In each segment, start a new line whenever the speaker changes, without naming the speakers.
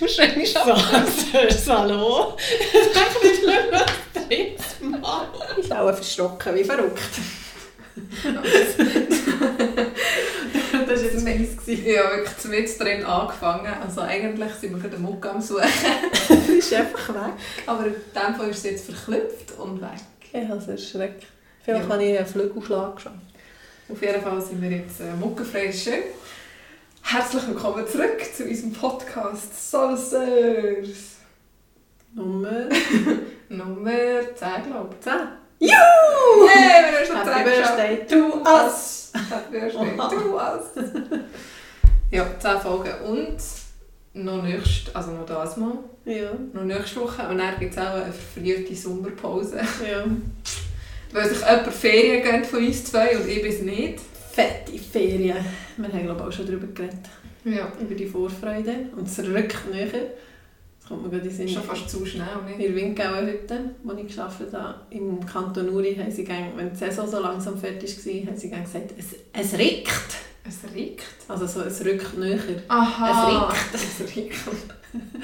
Wahrscheinlich nicht
Sonst, hallo? Darf nicht länger das Mal.
Ich auch verschrocken, wie verrückt.
Das war jetzt meins. gewesen.
Ja, wirklich mit drin angefangen. Also eigentlich sind wir für den Muck am Suchen.
Das ist einfach weg.
Aber in dem Fall ist sie jetzt verklüpft und weg.
Ich habe es erschreckt. Vielleicht
Ja.
habe ich einen Flügelschlag geschafft.
Auf jeden Fall sind wir jetzt äh, muckenfrei ist schön. Herzlich willkommen zurück zu unserem Podcast Salsers.
Nummer
Nummer 10, glaube
10.
ich.
Juhu!
Hey, wir haben schon 10
Happy
geschafft.
Birthday to us!
Happy Birthday, du hast. Ja, 10 Folgen und noch nächst, also noch das Mal,
Ja,
noch nächste Woche. Und dann gibt es auch eine verfrühte Sommerpause.
ja.
Weil sich jemand Ferien gönnt von uns zwei und ich bin es nicht.
Fette Ferien. Wir haben glaube ich auch schon darüber geredet.
Ja.
Über die Vorfreude und das Rücken näher. Das kommt mir gerade in den
Ist schon
Sinn.
fast zu schnell, nicht?
In der Windgauenhütte, wo ich gearbeitet habe, im Kanton Uri, haben sie gern, wenn die Saison so langsam fertig war, haben sie gern gesagt, es, es rickt.
Es riecht.
Also so, es rückt näher.
Aha.
Es rickt.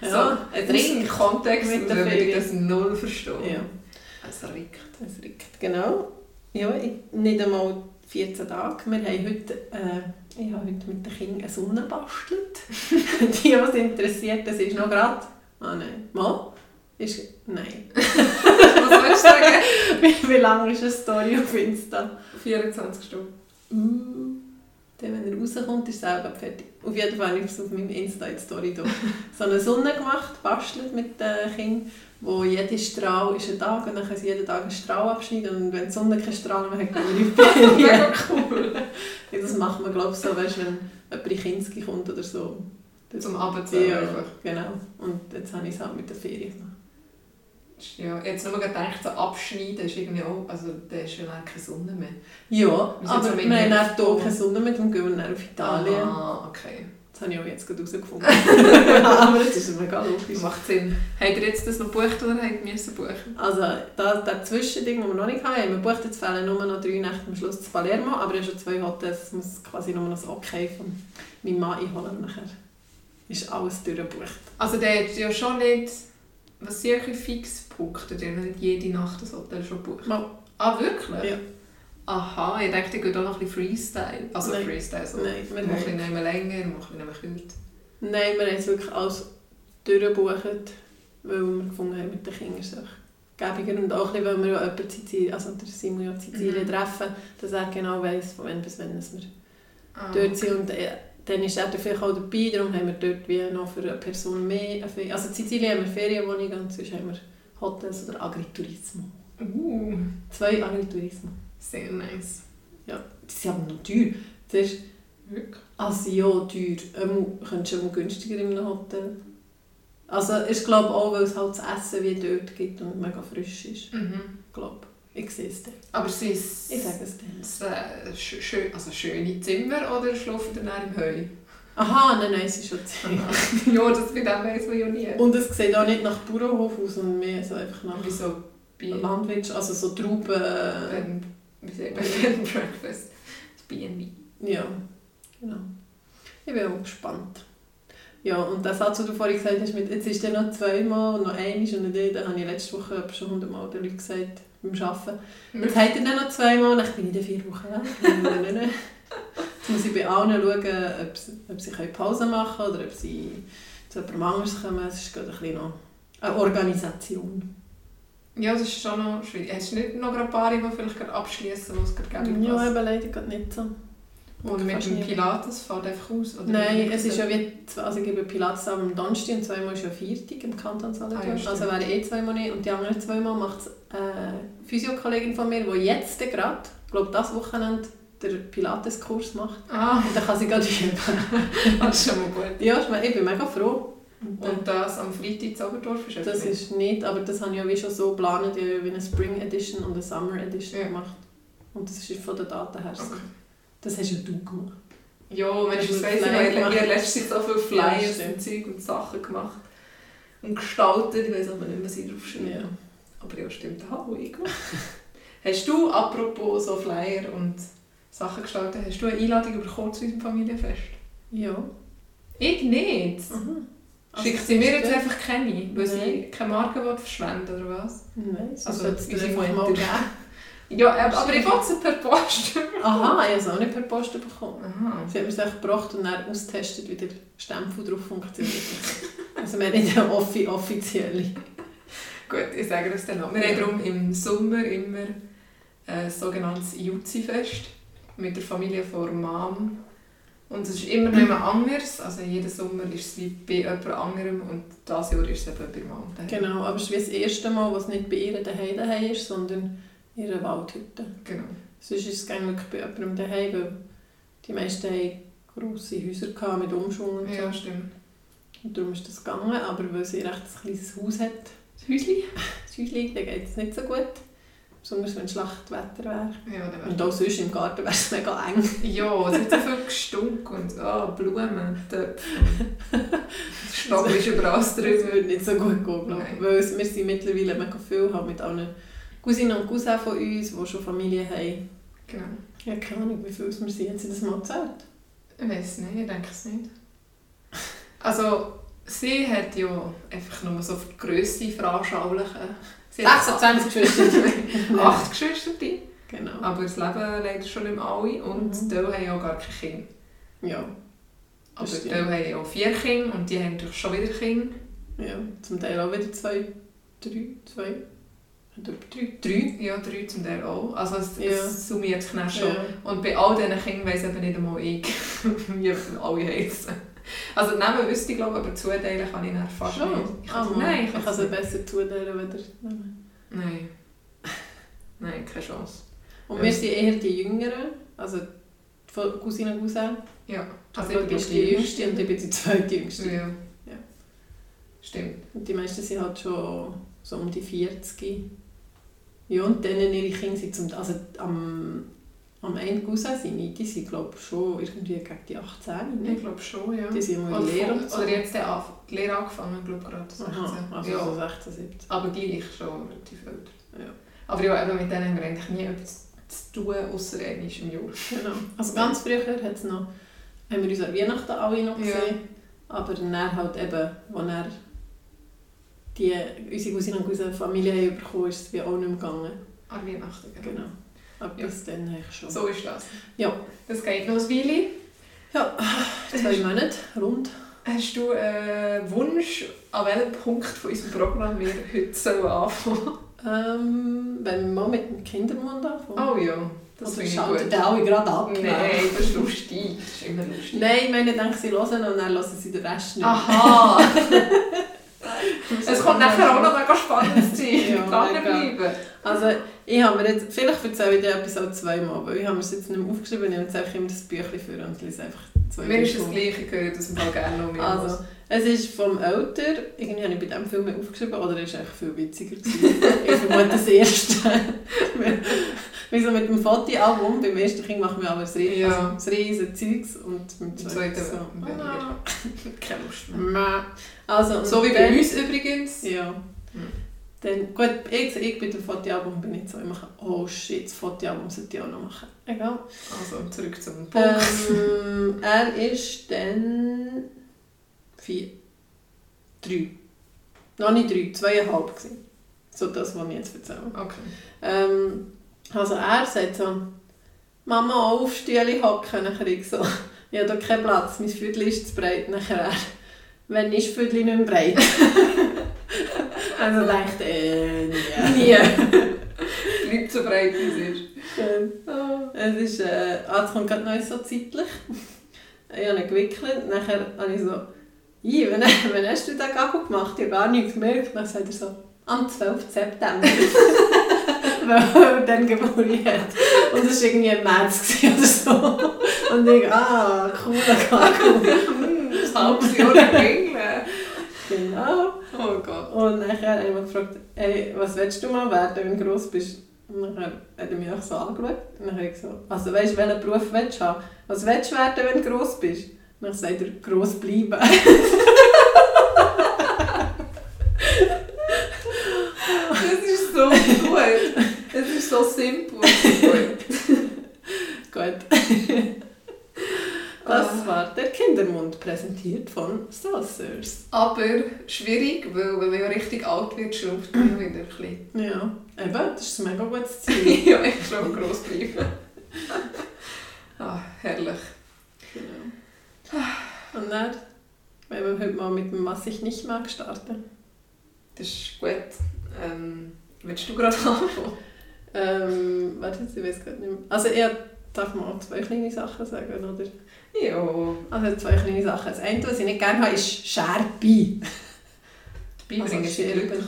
Ja, so,
Ah. es
es riecht. Im
rickt.
Kontext
Mit der
würde ich
Ferien.
das null verstehen.
Ja,
Es riecht.
es rickt, genau. Ja, ich, nicht einmal 14 Tage. Wir haben heute, äh, ich habe heute mit den Kindern eine Sonne gebastelt. die, die es interessiert, das ist noch gerade... Ah nein. Mal? Ist... Nein.
Was willst du sagen?
wie, wie lange ist eine Story auf Insta?
24 Stunden.
Mm. Dann, wenn er rauskommt, ist es auch gleich fertig. Auf jeden Fall habe ich es auf meinem Insta in die Story da. so eine Sonne gemacht, bastelt mit den Kindern, wo jeder Strahl ist ein Tag und dann können sie jeden Tag einen Strahl abschneiden und wenn die Sonne keinen Strahl mehr hat, gehen wir in die Ferien.
Mega cool.
Ja, das macht man glaube ich so, weißt, wenn jemand in Kinski kommt oder so. Das-
Zum Abendessen
ja,
einfach.
genau. Und jetzt habe ich es halt mit der Ferien gemacht.
Ja, jetzt nur gedacht, so abschneiden ist irgendwie auch, also da ist ja dann keine Sonne mehr.
Ja,
Wir sind so
aber
mit
wir haben
Herbst
auch
vor.
hier keine Sonne mehr, darum gehen wir dann auf Italien.
Ah, okay.
Das habe ich auch jetzt gerade herausgefunden. aber das ist mega logisch.
Das macht Sinn. Habt ihr jetzt das noch gebucht oder habt ihr müssen buchen?
Also, das, das Zwischending, das wir noch nicht haben, wir buchen jetzt fehlen nur noch drei Nächte am Schluss zu Palermo, aber ich habe schon zwei Hotels, muss quasi nur noch das Okay von meinem Mann einholen nachher. Ist alles durchgebucht.
Also der hat ja schon nicht, was sind eure Fixpunkte? Der hat nicht jede Nacht das Hotel schon gebucht.
Mal.
Ah, wirklich?
Ja.
Aha, ich dachte, ihr geht auch noch ein bisschen Freestyle. Also
Nein.
Freestyle, so.
Nein, wir
Mal ein bisschen
haben,
nehmen länger, mal ein bisschen nehmen kürzer.
nein, wir haben es wirklich alles durchgebucht, weil wir gefunden haben, mit den Kindern ist es einfach gäbiger und auch ein bisschen, weil wir ja jemanden Sizilien, also der Simon ja Sizilien
Mhm.
treffen, dass er genau weiss, von wann bis wann dass wir
Ah.
dort sind und äh, dann ist er vielleicht auch dabei, darum haben wir dort wie noch für eine Person mehr eine Ferien. Also in Sizilien haben wir Ferienwohnungen und sonst haben wir Hotels oder Agriturismo.
Uh,
Zwei Agriturismo.
sehr nice.
Die sind aber noch teuer. Das ist
Wirklich?
also ja teuer. Ähm, könntest du auch günstiger in einem Hotel. Also ich glaube auch, weil es halt das Essen wie dort gibt und mega frisch ist.
Mhm.
Glaub. Ich sehe es dann.
Aber sie ist...
Ich sage es dann.
es, äh, sch- schön, also schöne Zimmer oder schlafen ihr dann im Heu?
Aha, nein, nein, es ist schon zehn.
ja, das bei dem weiss man ja nie.
Und es sieht auch nicht nach Bauernhof aus, sondern mehr so einfach nach
Wieso? Bei
Landwirtschaft, also so Trauben. äh,
Bed and- wie sagt man, Bed and Breakfast. Das B&B.
Ja, genau. Ich bin auch gespannt. Ja, und der Satz, den du vorhin gesagt hast, mit «Jetzt ist der noch zweimal und noch einmal und nicht jeder», habe ich letzte Woche etwa schon hundertmal den Leuten gesagt, beim Arbeiten. «Jetzt habt ihr den noch zweimal und ich bin in den vier Wochen weg.» Jetzt muss ich bei allen schauen, ob sie, ob sie können Pause machen können oder ob sie zu jemandem anders kommen. Es ist gerade ein bisschen noch eine Organisation.
Ja, das ist schon noch schwierig. Hast du nicht noch ein paar, die vielleicht gerade abschließen, was gerade gäbe?
Ja, eben leider gerade nicht so.
Und mit
Fast
dem
nie.
Pilates fällt einfach aus? Oder
Nein, es ist ja wie, zwei- also ich gebe Pilates am Donnerstag und zweimal ist ja Viertag im Kanton
Ah,
Solothurn.
ja, stimmt.
also wäre ich eh zweimal nicht. Und die anderen zweimal macht es eine Physiokollegin von mir, die jetzt gerade, ich glaube das Wochenende, den Pilates-Kurs macht.
Ah,
Und dann kann sie gerade üben.
das ist schon mal gut.
ja, ich meine, ich bin mega froh. Und, äh,
Und das am Freitag in Oberdorf ist
das
einfach
ist nicht, aber das habe ich ja wie schon so geplant, ich habe ja wie eine Spring Edition und eine Summer Edition
Ja.
gemacht. Und das ist von den Daten her so.
Okay.
Das hast ja du gemacht.
nicht. Ja, wenn ich das
Hast du
weiss, ich
Flyer
habe
gemacht?
ja letztens so viele
Ja,
Flyers
stimmt.
und Zeug und Sachen gemacht. Und gestaltet, ich weiß aber nicht mehr, was ich draufschreibe. Aber ja, stimmt, das habe ich gemacht. hast du, apropos so Flyer und Sachen gestaltet, hast du eine Einladung bekommen zu unserem Familienfest?
Ja.
Ich nicht.
Aha.
Mhm. Also Schickt sie mir jetzt einfach keine, weil
Nein.
sie keine Marke will verschwenden oder was?
Nein, so
Also,
sollte es dir
unsere
einfach mal
Mutter.
geben.
Ja, äh, aber ich will sie per Post.
Aha, ich habe es auch nicht per Post bekommen.
Aha.
Sie hat mir es einfach gebracht und dann ausgetestet, wie der Stempel drauf funktioniert. also wir haben nicht eine offi offizielle.
Gut, ich sage das dann noch. Wir
Ja.
haben darum im Sommer immer ein sogenanntes Jutzi-Fest mit der Familie von Mom. Und es ist immer nicht mehr anders. Also jeden Sommer ist es wie bei jemand anderem und dieses Jahr ist es eben bei Mom. daheim.
Genau, aber es ist wie das erste Mal, was nicht bei ihr daheim daheim ist, sondern in ihrer Waldhütte.
genau.
Sonst ist es gerne wirklich bei jemandem daheim, weil die meisten haben grosse Häuser gehabt mit Umschwung und so.
Ja, stimmt.
Und darum ist das gegangen, aber weil sie recht ein kleines Haus hat,
Das Häuschen?
das Häuschen, dann geht es nicht so gut. Besonders wenn Schlachtwetter wäre.
Ja, dann
Und auch sonst im Garten wäre es mega eng.
Ja, es hat so viel gestunken und ah, Blumen, Töpfe. Der Stock ist überall
Das
drüber.
würde nicht so gut gehen, glaube
Nein.
ich. Weil es- wir sind mittlerweile mega viel haben mit allen Cousinen und Cousins von uns, die schon Familie haben.
Genau.
Ja, keine Ahnung, wie viel es wir sind. Haben sie das mal gezählt?
Ich weiß nicht, ich denke es nicht. Also, sie hat ja einfach nur so für die Grösse veranschaulichen. Sie hat
26 Geschwister.
acht Geschwister,
Genau.
aber das Leben leider schon nicht mehr alle und
Mhm.
die haben ja gar keine Kinder.
Ja,
Aber
Das
die
stimmt.
haben ja vier Kinder und die haben natürlich schon wieder Kinder.
ja. Zum Teil auch wieder zwei, drei, zwei. Hat jemand Drei. Drei?
Ja, drei zum Teil auch. Also es,
Ja.
es summiert sich dann schon.
Ja.
Und bei all diesen Kindern weiss eben nicht einmal ich, wie alle heißen. Also die Namen wüsste ich glaube ich, aber zuteilen kann ich dann fast
Schon?
nicht. Ich kann,
Ah,
nein,
ich kann
es
sie
nicht.
besser zuteilen, wenn der
Nein. Nein, keine Chance.
Und
Ja.
wir sind eher die Jüngeren, also von Cousine und Cousin.
Ja.
Also du bist die Jüngste und ich bin die Zweitjüngste.
Ja.
Ja.
Stimmt.
Und die meisten sind halt schon so um die 40. Ja, und denen ihre Kinder sind zum... Also am, am Ende Cousin sind nicht, die sind glaube ich schon irgendwie gegen die 18.
Ich
Ne?
glaube schon, ja.
Die sind immer in
Oder,
der Lehre und
vor,
so.
oder jetzt der Anf- die Lehre angefangen, glaube ich, gerade. 16.
Aha, also
ja.
so 16, 17.
Aber gleich schon relativ älter.
Ja.
Aber ja, eben mit denen haben wir eigentlich nie etwas zu tun, außer einmal im Jahr.
Genau. Also ganz früher hat's noch, haben wir uns an Weihnachten alle noch
Ja.
gesehen. Aber dann halt eben, als er die, unsere Cousine und Cousine Familie haben bekommen ist es wie auch nicht mehr gegangen.
An Weihnachten. gell?
Genau. Aber
Ja.
bis dann eigentlich schon.
So ist das.
Ja.
Das geht noch ein Weile.
Ja, zwei Monate rund.
Hast du einen Wunsch, an welchem Punkt von unserem Programm wir heute sollen anfangen
Ähm, wenn wir mal mit dem Kindermund anfangen.
Oh ja,
das
das finde
Oder
ich
schaltet
gut.
der alle gerade ab.
Nein, das ist lustig. Das ist immer lustig.
Nein, ich meine, ich denke, sie hören und dann hören sie den Rest
Ah.
nicht.
Aha! es kommt nachher auch noch mega spannendes Zeug.
Ja,
Dran
mega.
bleiben.
Also, ich habe mir jetzt, vielleicht erzähle ich dir etwas auch zweimal, weil ich habe mir es jetzt nicht mehr aufgeschrieben, ich habe jetzt einfach immer das Büchlein für und lese einfach zwei
Mir ist
drei
das
Punkte.
Gleiche gehört, dass man gerne noch mehr
Also,
muss.
es ist vom Älter, irgendwie habe ich bei diesem Film mehr aufgeschrieben, oder er ist eigentlich viel witziger gewesen. ich vermute das erste. Weil- Wie so mit dem Fotoalbum, beim ersten Kind machen wir aber das riesen,
Ja.
also das riesen Zeugs und beim
Im
zweiten
zweiten
so.
weniger. Keine Lust mehr.
«Mäh». Also, und
So wie
dann-
bei uns übrigens.
ja.
Hm.
Dann, gut, ich, ich bin dem Fotoalbum bin ich so, ich mache, oh shit, das Fotoalbum sollte ich auch noch machen. Egal.
Also zurück zum Punkt.
Ähm, er ist dann vier. Drei. Noch nicht drei, zweieinhalb gewesen. So das, was ich jetzt erzähle.
Okay.
Ähm, also er sagt so, Mama auch auf Stühle hocken, nachher ich so, ich habe da keinen Platz, mein Viertel ist zu breit, nachher er, wenn ist das Viertel nicht mehr breit. also denkt äh, nie.
Nie. Bleibt so breit, wie es ist.
Ähm, Es ist, äh, ah, es kommt gerade neu so zeitlich. Ich habe ihn gewickelt, nachher habe ich so, «Ih, wann, wann hast du den Gagel gemacht? Ich habe gar nichts gemerkt. Dann sagt er so, am 12. September. Weil er dann Geburtstag hat. Und das war irgendwie im März gewesen oder so. Und ich, ah, cooler Gagel.
Hm, ein halbes Jahr im Engeln.
Genau.
Oh Gott.
Und nachher hat jemand gefragt, hey, was willst du mal werden, wenn du gross bist? Und nachher hat er mich auch so angeschaut. Und dann habe ich gesagt, also weißt du, welchen Beruf willst du haben? Was willst du werden, wenn du gross bist? Und dann sagt er, gross bleiben.
Das ist so gut. Das ist so simpel. Gut.
Gut. Das
Ah.
war der Kindermund präsentiert von Saucers.
Aber schwierig, weil wenn man ja richtig alt wird, schrumpft man wieder ein bisschen.
Ja, eben, das ist ein mega gutes Ziel.
ja, ich schon gross bleiben. ah, herrlich.
genau. Und dann, wenn wir heute mal mit dem «Was ich nicht mag» starten.
Das ist gut. Ähm, willst du gerade anfangen?
Ähm, warte, jetzt, ich weiß gerade nicht mehr. Also ich darf mal zwei kleine Sachen sagen, oder?
Ja.
Also zwei kleine Sachen. Das eine, was ich nicht gerne habe, ist Scherbe.
Die Beibringen
Also,
also, sind
Scherben.
glücklich.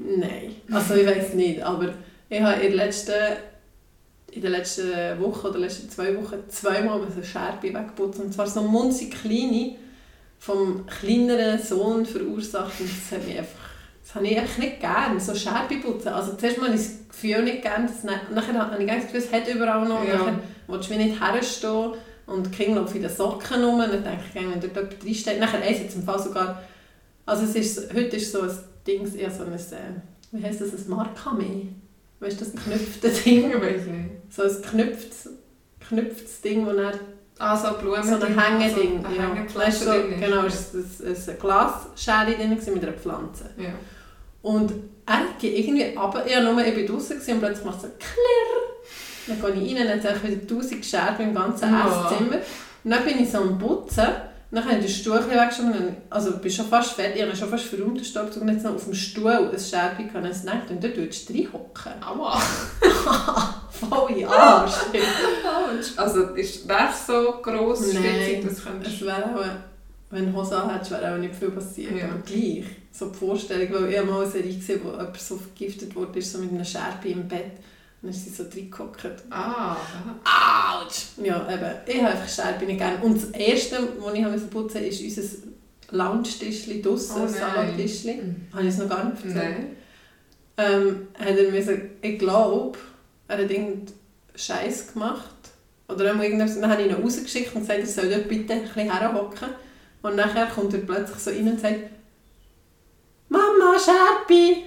Nein, also ich weiß nicht, aber ich habe in der letzten, in der letzten Woche oder letzten zwei Wochen zweimal eine Scherbe wegputzen und zwar so munzig kleine vom kleineren Sohn verursacht und das hat mich einfach, das habe ich einfach nicht gern, so Scherbe putzen. Also zuerst mal habe ich das Gefühl nicht gern, das, nachher habe ich das Gefühl, es hat überall noch und
Ja.
nachher willst du mich nicht herstehen und die Kinder laufen in den Socken rum und dann denke ich, wenn dort jemand reinsteht, nachher eins jetzt im Fall sogar also es ist, heute ist so ein Ding, eher so ein, äh, wie heisst das, ein Markame. Weißt du, das geknüpfte Ding.
Ich weiß nicht.
So ein geknüpftes, geknüpftes Ding, wo dann
Ah, so Blumen.
so ein Hängeding.
Also,
ja.
ein
Weisst
Hängepflanze
du, so,
drin ist.
genau, es war eine Glasschale drin gewesen mit einer Pflanze.
Ja.
Und er geht irgendwie runter, ich, nur, ich bin draußen gewesen und plötzlich macht es so klirr. Dann gehe ich rein, dann hat es wieder tausend Scherben im ganzen
Ja.
Esszimmer. Und dann bin ich so am Putzen, und dann habe ich den Stuhl ein bisschen weggeschoben, und dann- also ich bin schon fast fertig, ich habe schon fast verräumt, den Staubzug, und jetzt noch auf dem Stuhl ein Scherbe gehabt, und dann dachte ich, und dort würdest du reinhocken.
Aua.
Voll in Arsch.
Also ist, wäre es so gross,
Nein.
spitzig, das könntest
es wäre auch, wenn du Hose hättest, wäre auch nicht viel passiert,
Ja.
aber gleich. So die Vorstellung, weil ich habe mal eine Serie gesehen, wo jemand so vergiftet wurde, ist so mit einer Scherbe im Bett, und dann ist sie so reingehockt.
Ah.
Autsch! Ja, eben. Ich habe einfach Scherbe nicht gerne. Und das Erste, was ich habe putzen musste, ist unser Lounge-Tischchen draussen,
Oh
oh,
nein.
Salontischchen.
Mhm.
Habe ich es noch gar nicht erzählt.
Nein.
Ähm, hat er müssen, ich glaube, er hat irgendeinen Scheiß gemacht. Oder einmal irgendwas. Dann habe ich ihn rausgeschickt und gesagt, er soll dort bitte ein bisschen herhocken. Und nachher kommt er plötzlich so rein und sagt, Mama, Scherbi!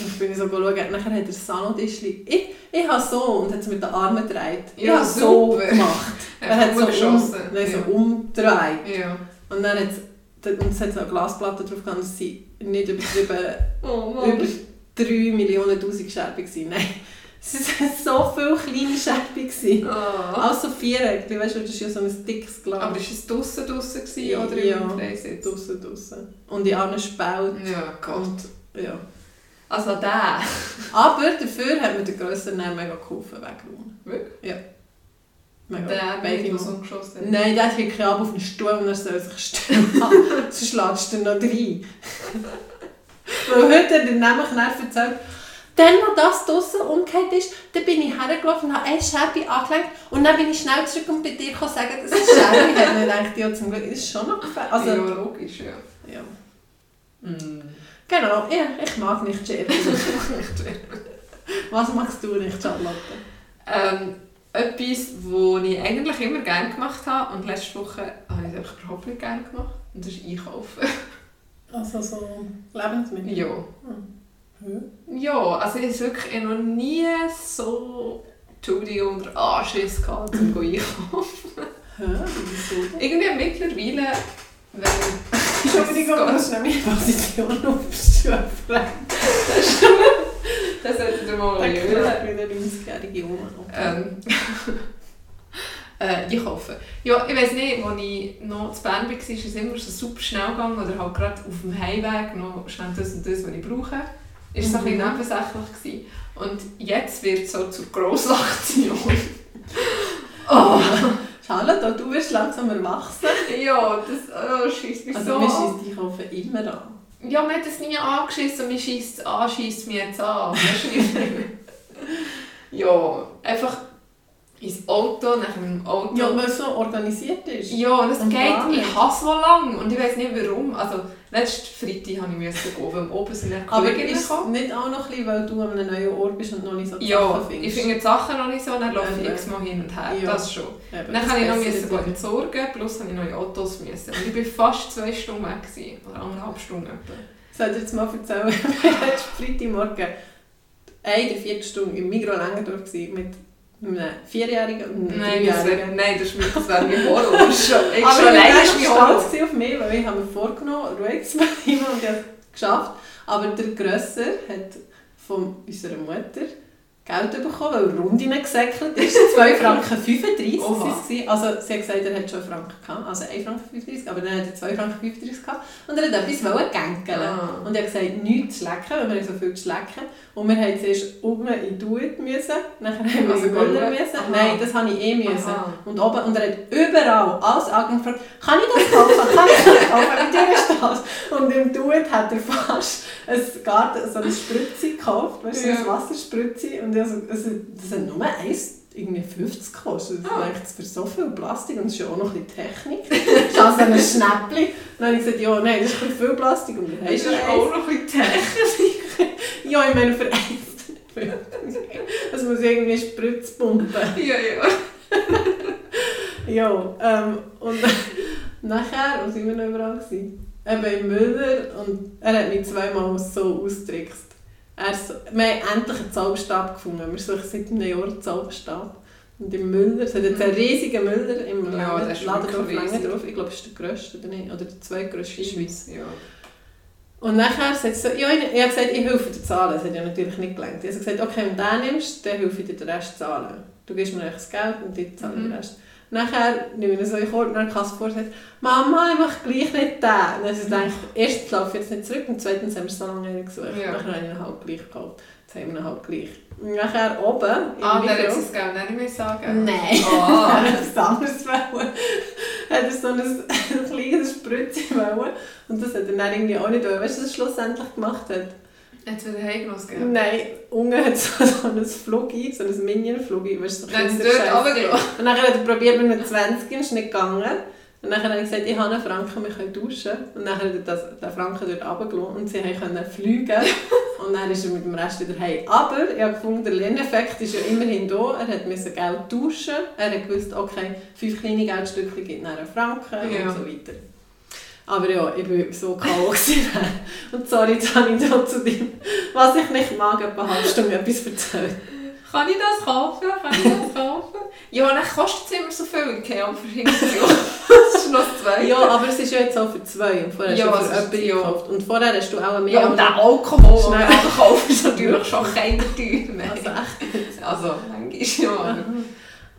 Und ich bin so schauen. Nachher hat er das Salontischchen. Ich, ich habe so und hat es mit den Armen gedreht. Ich
Ja,
habe so
super.
gemacht. Er hat so, um,
umgeschossen.
nein, so
ja.
umgedreht.
ja.
Und dann hat es, und es hat so eine Glasplatte drauf gehabt, dass sie nicht übertrieben
Oh
über 3 Millionen Tausend Scherben waren. Nein, es waren so viele kleine Scherben. gewesen. Also
Ah.
Auch so viereckig, weißt du, das ist ja so ein dickes Glas.
Aber ist es draussen draussen gewesen
Ja.
oder im Freisitz?
draussen, draussen. Und in einem Spalt.
Ja, Gott.
Und, ja.
Also der.
Aber dafür hat mir der grössere Name mega geholfen, weggewonnen.
Wirklich?
Ja. Mega.
Der
Beide
Baby, der
Mal.
umgeschossen hat.
Nein, der kriegt ab auf den Stuhl und er soll sich stellen. Sonst schlägst du ihn noch rein. Weil heute hat er nämlich dann erzählt, dann, wo das draussen umgekehrt ist, dann bin ich hergelaufen und habe eine Schäbe angelegt und dann bin ich schnell zurück und bei dir gekommen sagen, das ist Schäbe. Ich habe mir gedacht, ja, zum Glück das ist schon noch gefährlich. Also,
ja, logisch, ja.
ja.
Mm.
Genau, ja, ich mag nicht Scherben. Was magst du nicht, Charlotte?
Ähm, etwas, was ich eigentlich immer gerne gemacht habe und letzte Woche habe ich es einfach überhaupt nicht gerne gemacht. Und das ist Einkaufen.
Also so Lebensmittel.
ja.
Hm?
Ja, also ich habe wirklich noch nie so Entschuldigung oder Anschiss gehabt, um zu einkaufen.
Hä? Wieso?
Irgendwie mittlerweile, wenn ich...
Entschuldigung,
Das
das ist nämlich meine Position auf der Stufe.
geht- Das solltet ihr mal
Danke
hören.
halt wieder eine 90-jährige Oma.
Oh Ähm, äh, ich hoffe. Ja, ich weiß nicht, als ich noch zu Bern war, ist es immer so super schnell gegangen oder halt gerade auf dem Heimweg noch schnell das und das, was ich brauche. Ist so ein bisschen
Mhm.
nebensächlich gewesen. Und jetzt wird es so zur Grossaktion. oh,
Charlotte, auch du wirst langsam erwachsen.
ja, das oh, schießt mich
Also
so
wir
an.
schiessen dich auf immer an.
Ja, man hat es nie angeschissen und man schiesst es an, schiesst mich jetzt an. Weisst du, wie ich meine? ja, einfach ins Auto, nach dem Auto.
Ja, weil es so organisiert ist.
Ja, und es
Und gar
geht.
nicht.
Ich hasse mal lang und ich weiß nicht warum. Also, letzte Freitag habe ich müssen gehen, weil oben sind dann
Aber
Kolleginnen
ist es
gekommen.
nicht auch noch ein bisschen, weil du an einem neuen Ort bist und noch nicht so die
Ja,
Sachen
ich
findest?
finde die Sachen noch nicht so, dann laufe ich
Ja,
x-mal hin und her,
Ja.
das schon.
Eben,
Dann
das
kann ich noch
bessert
müssen
dich.
gut entsorgen, plus habe ich neue Autos müssen. Und ich bin fast zwei Stunden weg gewesen, oder anderthalb Stunden etwa.
Soll ich dir jetzt mal erzählen, wir waren letzten Freitagmorgen eine der Viertelstunde im Migros Längendorf gewesen mit einem Vierjährigen und einem
Nein, das
Dreijährigen.
wäre nein, das ist mir, das wäre mein Horror. Schon, ich
Aber
schon
ich
allein
war
ist
schon
mein
stolz
Horror.
gewesen auf mich, weil ich habe mir vorgenommen, ruhig zu bleiben und ich habe es geschafft. Aber der Grösser hat von unserer Mutter Geld bekommen, weil Runden gesäckelt ist. 2,35 Franken
Oha.
waren es. Also sie hat gesagt, er hat schon einen Franken gehabt, also 1,35 Franken, aber dann hat er 2,35 Franken gehabt und er hat etwas wollen gänkeln.
Ah.
Und ich habe gesagt, nichts zu lecken, weil wir haben so viel zu lecken. Und wir mussten zuerst oben in die Duet, müssen, nachher haben wir
Also
also in Müller.
Gurten?
Müssen.
Aha.
Nein, das habe ich eh müssen.
Aha.
Und, oben, und er hat überall alles angefragt, kann ich das kaufen, kann ich das kaufen, mit dir ist das. Und im Duet hat er fast ein Garten, so eine Spritze gekauft, weißt du, so eine
Ja.
Wasserspritze. Und also, also, das hat nur eins, irgendwie 50 gekostet. Ich
Ah.
dachte, das für so viel Plastik und es ist ja auch noch ein bisschen Technik. Das ist also ein Schnäppchen. Und dann habe ich gesagt, ja, nein, das ist ein bisschen viel Plastik. Und dann hast
Ist
du
das
eins.
auch noch ein Tech?
Ja, ich meine, für eins. Das muss irgendwie Spritzpumpe.
Ja, ja.
Ja, ähm, und nachher, wo waren wir noch überall? gewesen? Eben im Müller und er hat mich zweimal so ausgetrickst. Er so, wir haben endlich einen Zauberstab gefunden. Wir suchen seit einem Jahr einen Zauberstab. Und im Müller, es hat jetzt einen riesigen Müller im
Mhm. Ja,
Laden-
der ist
Ladendorf
wirklich riesig.
Langendorf. Ich glaube, es ist der grösste oder nicht? Oder der zweitgrösste in der Schweiz.
Schweiz, ja.
Und nachher sagt sie so, ja, ich, ich habe gesagt, ich helfe dir zahlen. Das hat ja natürlich nicht gelangt. Ich habe gesagt, okay, wenn du den nimmst, dann helfe ich dir den Rest zahlen. Du gibst mir eigentlich das Geld und ich zahle
Mhm.
den Rest. Nachher nehme ich ihn so in den Korb, dann kann vor und sagt, Mama, ich mache gleich nicht den. Dann habe ich
Mhm.
gedacht, erstens laufe ich jetzt nicht zurück und zweitens haben wir so lange nicht gesucht.
Ja.
Nachher habe ich ihn halt gleich gekauft. Jetzt haben wir ihn halt gleich. Und nachher oben im
Ah, der hat
Mikro-
es gar nicht mehr sagen.
Nein.
Ah.
Er hat etwas anderes wollen. Er hat so ein, ein kleines Spritze wollen. Und das hat er dann irgendwie auch nicht wollen. Weißt du, was er schlussendlich gemacht hat?
Jetzt wieder heimgenommen, gell?
Nein, unten hat so, so ein Flugi, so ein Minion-Flugi. Weißt du, so
Dann
ein
ist
kleiner
dort
Scheiß.
runtergelaufen.
Und dann hat er probiert mit einem 20 und ist nicht gegangen. Und dann habe ich gesagt, ich habe einen Franken, wir können tauschen. Und dann hat er das, den Franken dort runtergelassen und sie konnten fliegen. und dann ist er mit dem Rest wieder heim. Aber ich habe gefunden, der Lerneffekt ist ja immerhin da. Er hat müssen Geld tauschen. Er hat gewusst, okay, fünf kleine Geldstücke gibt dann einen Franken
Ja.
und so weiter. Aber ja, ich war so K.O. gewesen. Und sorry, jetzt habe ich da zu dem, was ich nicht mag, etwa eine halbe Stunde etwas erzählt.
Kann ich das kaufen? Kann ich das kaufen? ja, dann kostet es immer so viel in Kern für Hintergrund. das ist noch zwei.
Ja, aber es ist ja jetzt auch für zwei und vorher
Ja,
hast
also
du
es
für
ist-
jemanden
ja.
gekauft. Und vorher hast du auch mehr...
Ja, und der Alkohol, den
Schnell.
man kauft, ist natürlich schon kein Teuer mehr.
also echt.
Also, manchmal ja. aber-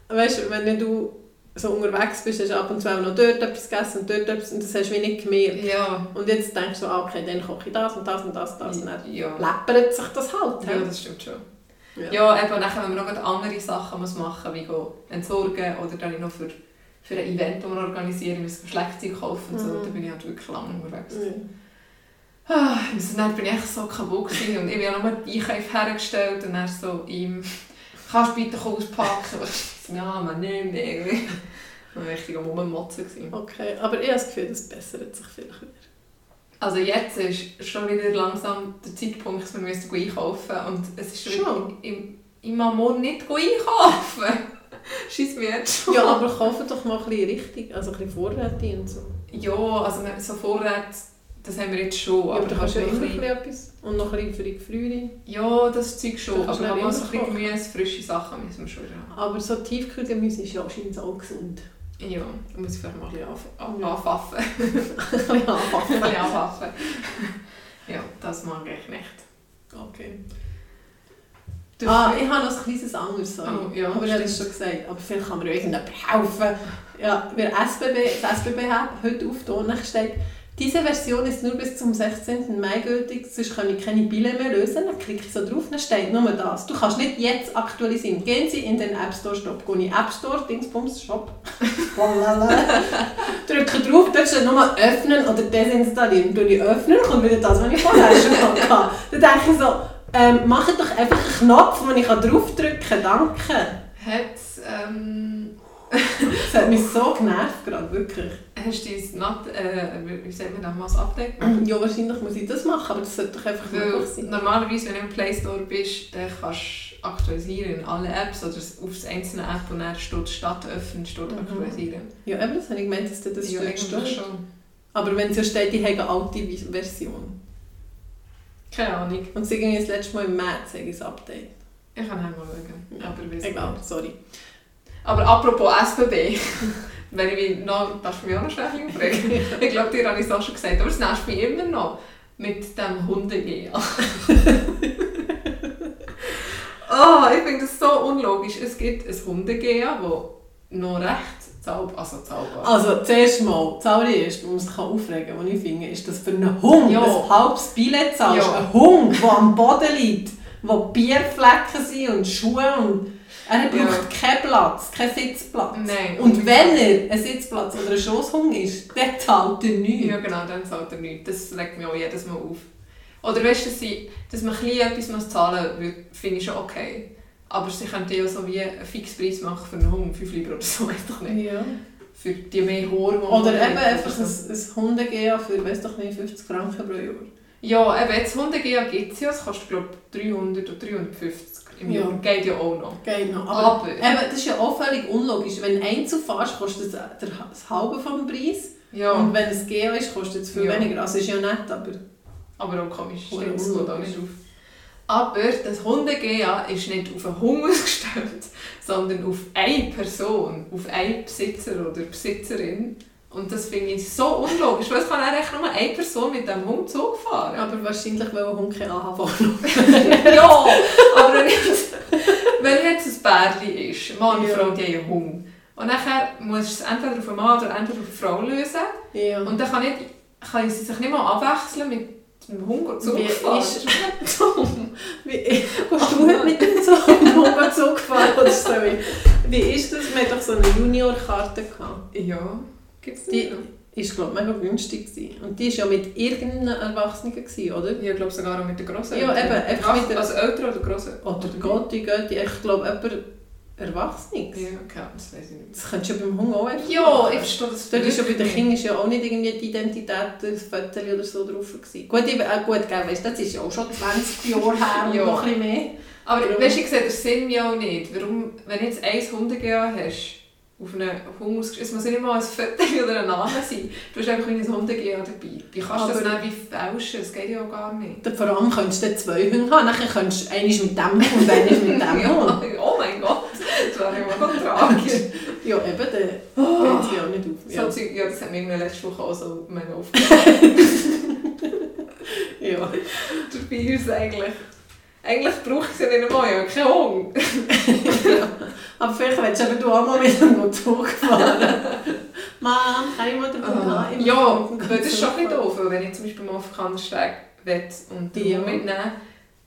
Weißt du, wenn du so unterwegs bist, hast du ab und zu auch noch dort etwas gegessen und dort etwas und das hast du wie nicht gemerkt.
Ja.
Und jetzt denkst du so, ah, okay, dann koche ich das und das und das und das und dann
Ja.
läppert sich das halt.
ja,
hä?
das stimmt schon.
Ja.
Ja, eben, dann können wir noch gerade andere Sachen muss machen, wie go entsorgen oder dann noch für, für ein Event, das wir organisieren, müssen wir Schleckzeug kaufen und so.
Mhm.
Da bin ich halt wirklich lange unterwegs.
Ja.
Ah, und dann bin ich echt so kaputt gewesen und ich habe nur die Einkäufe hergestellt und er so ihm «Kannst du bitte auspacken?» Und ich so, «Ja, man, nicht mehr.» irgendwie. Ich war richtig am Rummotzen. gewesen.
Okay, aber ich habe das Gefühl, das bessert sich vielleicht wieder.
Also jetzt ist schon wieder langsam der Zeitpunkt, dass wir müssen gehen einkaufen müssen und es ist schon
Schon?
wieder... Ich, ich, ich mag morgen nicht gehen einkaufen. Scheiss mir jetzt schon.
Ja, aber kaufe doch mal ein bisschen richtig, also ein bisschen Vorräte und so.
Ja, also wir- so Vorräte, das haben wir jetzt schon.
Ja, aber du kannst ja
noch
immer
ein
ein bisschen
bisschen-
etwas. Und noch ein bisschen für die Gefriere.
Ja, das Zeug schon.
Du kannst
Aber
noch
man muss ein
immer
bisschen Gemüse, frische Sachen müssen wir schon wieder haben.
Aber so Tiefkühlgemüse ist ja anscheinend auch gesund.
Ja, da muss ich vielleicht mal ein bisschen anf- an-
Ja.
anfaffen. Ein
ja,
bisschen anfaffen. ja, das mag ich nicht.
okay.
Dürfen
Ah,
wir-
ich habe noch ein kleines anderes, sorry.
Oh, ja,
aber ich habe es schon gesagt. Aber vielleicht kann mir ja irgendjemand helfen. Ja, wir SBB, das SBB hat heute aufgetan, steht, diese Version ist nur bis zum 16. Mai gültig, sonst können ich keine Bilder mehr lösen. Dann klicke ich so drauf, dann steht nur das. Du kannst nicht jetzt aktualisieren. Gehen Sie in den App Store Shop. Gehe ich App Store, Dingsbums, Shop. Drücke drauf, dort steht nur öffnen oder desinstallieren. Dann ich öffnen, kommt wieder das, was ich vorher schon hatte. Dann denke ich so, ähm, mach doch einfach einen Knopf, wo ich draufdrücken kann. Danke.
Hat, ähm,
Das hat mich so genervt gerade, wirklich.
hast du dein Nat äh, wie wie sagt man damals, Update gemacht?
Ja, wahrscheinlich muss ich das machen, aber das sollte doch einfach möglich
Weil
Mhm. sein.
normalerweise, wenn du im Play Store bist, dann kannst du aktualisieren in alle Apps oder auf das einzelne App und dann steht statt öffnen, steht
Mhm.
aktualisieren.
Ja, eben, das habe ich gemeint, dass dir das
ja,
stört.
eigentlich
stört.
schon.
Aber wenn es ja steht, ich habe eine alte Vi- Version.
Keine Ahnung.
Und sie ging das letzte Mal im März, sage ich das Update.
Ich kann einmal schauen.
Ja.
Aber wenn weiss
Egal,
nicht.
sorry.
Aber apropos SBB, wenn ich mich noch, darfst du mich auch noch schnell aufregen? ich glaube, dir habe ich es auch schon gesagt, aber es nervt mich immer noch mit dem Hunde-GA. Ah, ich finde das so unlogisch. Es gibt ein Hunde-GA, das noch recht zahlbar, also zahlbar
Also, zuerst mal, das allererste, was mich aufregen kann, was ich finde, ist, dass für einen Hund
Ja.
ein halbes Billett zahlst.
Ja.
Ein Hund, der am Boden liegt, wo Bierflecken sind und Schuhe und... Er braucht
Ja.
keinen Platz, keinen Sitzplatz.
Nein.
Und wenn er ein Sitzplatz oder ein Schosshund ist, dann zahlt er nichts.
Ja, genau, dann zahlt er nichts. Das regt mich auch jedes Mal auf. Oder weißt du, dass, sie, dass man ein bisschen etwas muss zahlen muss, finde ich schon okay. Aber sie könnten ja so wie einen Fixpreis machen für einen Hund, 5 Libra oder so, weiß doch nicht.
Ja.
Für die mehr Haare, die man
Oder
hat
eben einfach
so.
ein, ein Hunde-GA für, weiss doch nicht, 50 Franken pro Jahr.
Ja, eben, jetzt Hunde-GA gibt es ja, das kostet glaube ich 300 oder 350 im
Ja.
Jahr. Geht ja auch noch.
Genau. Aber,
Aber,
eben, das ist ja auch völlig unlogisch. Wenn du Einzelfahrst, kostet es der- das halbe vom Preis.
ja,
Und wenn es GA ist, kostet es viel
Ja.
weniger. Also ist ja nett, aber...
aber auch komisch,
Oder
stimmt, das geht auch
unlogisch.
nicht auf. Aber das Hunde-GA ist nicht auf einen Hund ausgestellt, sondern auf eine Person, auf einen Besitzer oder Besitzerin. Und das finde ich so unlogisch, weil es kann eigentlich nur eine Person mit diesem Hund Zug fahren.
Aber wahrscheinlich, weil ein Hund keine AHV
ja, aber wenn jetzt, wenn jetzt ein Bärli ist, Mann und
Ja.
Frau, die haben einen Hund. Und nachher musst du es entweder auf einen Mann oder entweder auf eine Frau lösen.
Ja.
Und dann kann, nicht, kann sie sich nicht mal abwechseln mit dem Hund zu
Wie
fahren.
ist-
ist dumm.
Wie, hast du heute mit dem Zug im Moga-Zug gefahren? Oder so? Wie- Wie ist das? Man hat doch so eine Junior-Karte gehabt.
Ja, gibt's
Die-
nicht noch?
ist glaube mega günstig gewesen. und die ist ja mit irgendeinem Erwachsenen gewesen, oder
Ja, Ich glaube sogar auch mit der Grossen.
Ja, eben, einfach
Ach,
mit der-
Also älter oder Grossen?
oder Gotti Götti ich glaube jemand Erwachsenes
Ja, okay, das weiß ich nicht.
das könntest du ja beim Hunger auch einfach
Ja, ich verstehe das
Dort ist ja bei den
wirklich
Kindern ist ja auch nicht irgendwie die Identität, das Foto oder so drauf gewesen. Gut, ich, äh, gut gell, weißt, das ist ja auch schon 20 Jahre her und
Ja.
noch ein bisschen mehr.
Aber
Warum?
weißt du, ich sehe den Sinn ja auch nicht. Warum, wenn du jetzt ein Hunde-GA hast, auf einen Hund ausgeschrieben, es muss ja nicht mal ein Viertel oder ein Name sein. Du hast einfach ein Hunde-GA dabei. Wie kannst du das
Aber-
dann wie fälschen? Das geht ja auch gar nicht.
Und Vor allem könntest du dann zwei Hunde haben, nachher könntest du eines mit dem Hund und eines mit dem Hund.
Ja, oh mein Gott, das war ja mal tragisch.
Ja, eben, dann hört sie auch nicht auf.
So
Ja.
Zeug, ja, das hat mir irgendwie letzte Woche auch so mega auf.
Ja.
Dabei ist es eigentlich... Eigentlich brauche ich es ja nicht einmal, ich habe keinen Hund.
Aber vielleicht willst du eben du auch mal mit dem Motor fahren. Mann, kann ich mal den Punkt haben? Ich
Ah. Ja,
muss den
weil das ist schon ein bisschen
Motorrad
doof, weil wenn ich zum Beispiel mal auf den Kandersteg will und den
Ja.
Hund mitnehme,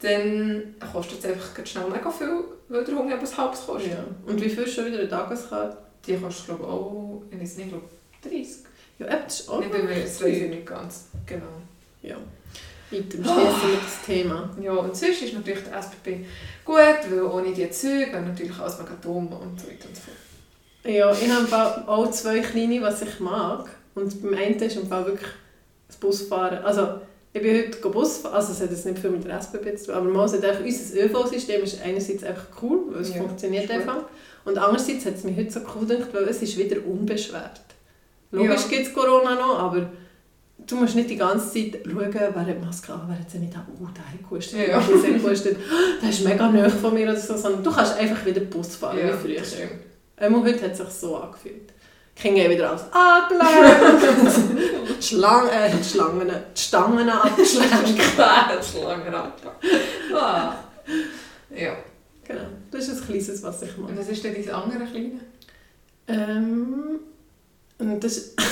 dann kostet es einfach gerade schnell mega viel, weil der Hund eben ein halbes
fahren.
kostet.
Ja. Und wie viel schon wieder eine Tageskarte?
Die kostet glaube ich auch, ich weiß nicht, glaube 30.
Ja, eben, das ist auch
nicht bei mir, das weiß ich nicht ganz. Genau.
Ja. Mit dem Schließen mit das Thema.
Ja, und sonst ist natürlich der SPP gut, weil ohne die Züge wäre natürlich alles mega dumm und so weiter und so fort.
Ja, ich habe im Fall auch zwei kleine, was ich mag. Und beim einen ist im Fall wirklich das Busfahren. Also, ich bin heute go Bus fahren, also es hat jetzt nicht viel mit der SBB zu tun, aber man sagt einfach, unser ÖV-System ist einerseits einfach cool, weil es
Ja,
funktioniert
ist gut.
einfach. Und andererseits hat es mich heute so cool gedacht, weil es ist wieder unbeschwert. Logisch
Ja.
gibt es Corona noch, aber du musst nicht die ganze Zeit schauen, wer hat Maske an, wer hat sie nicht an, oh, der hat gehustet,
Ja.
der hat gehustet, der ist mega nah von mir oder so, sondern du kannst einfach wieder Bus fahren,
Ja,
wie
das
früher.
stimmt.
Einmal Ähm, heute hat es sich so angefühlt. Die Kinder haben wieder alles angelernt. die Schlangen, äh, die Schlangen, die Stangen abgeschlagen.
Klar, das ist lange Radfahrt. Ah. Ja.
genau, das ist ein kleines, was ich
Und
mache.
was ist denn dein andere Kleine?
Ähm, und das ist,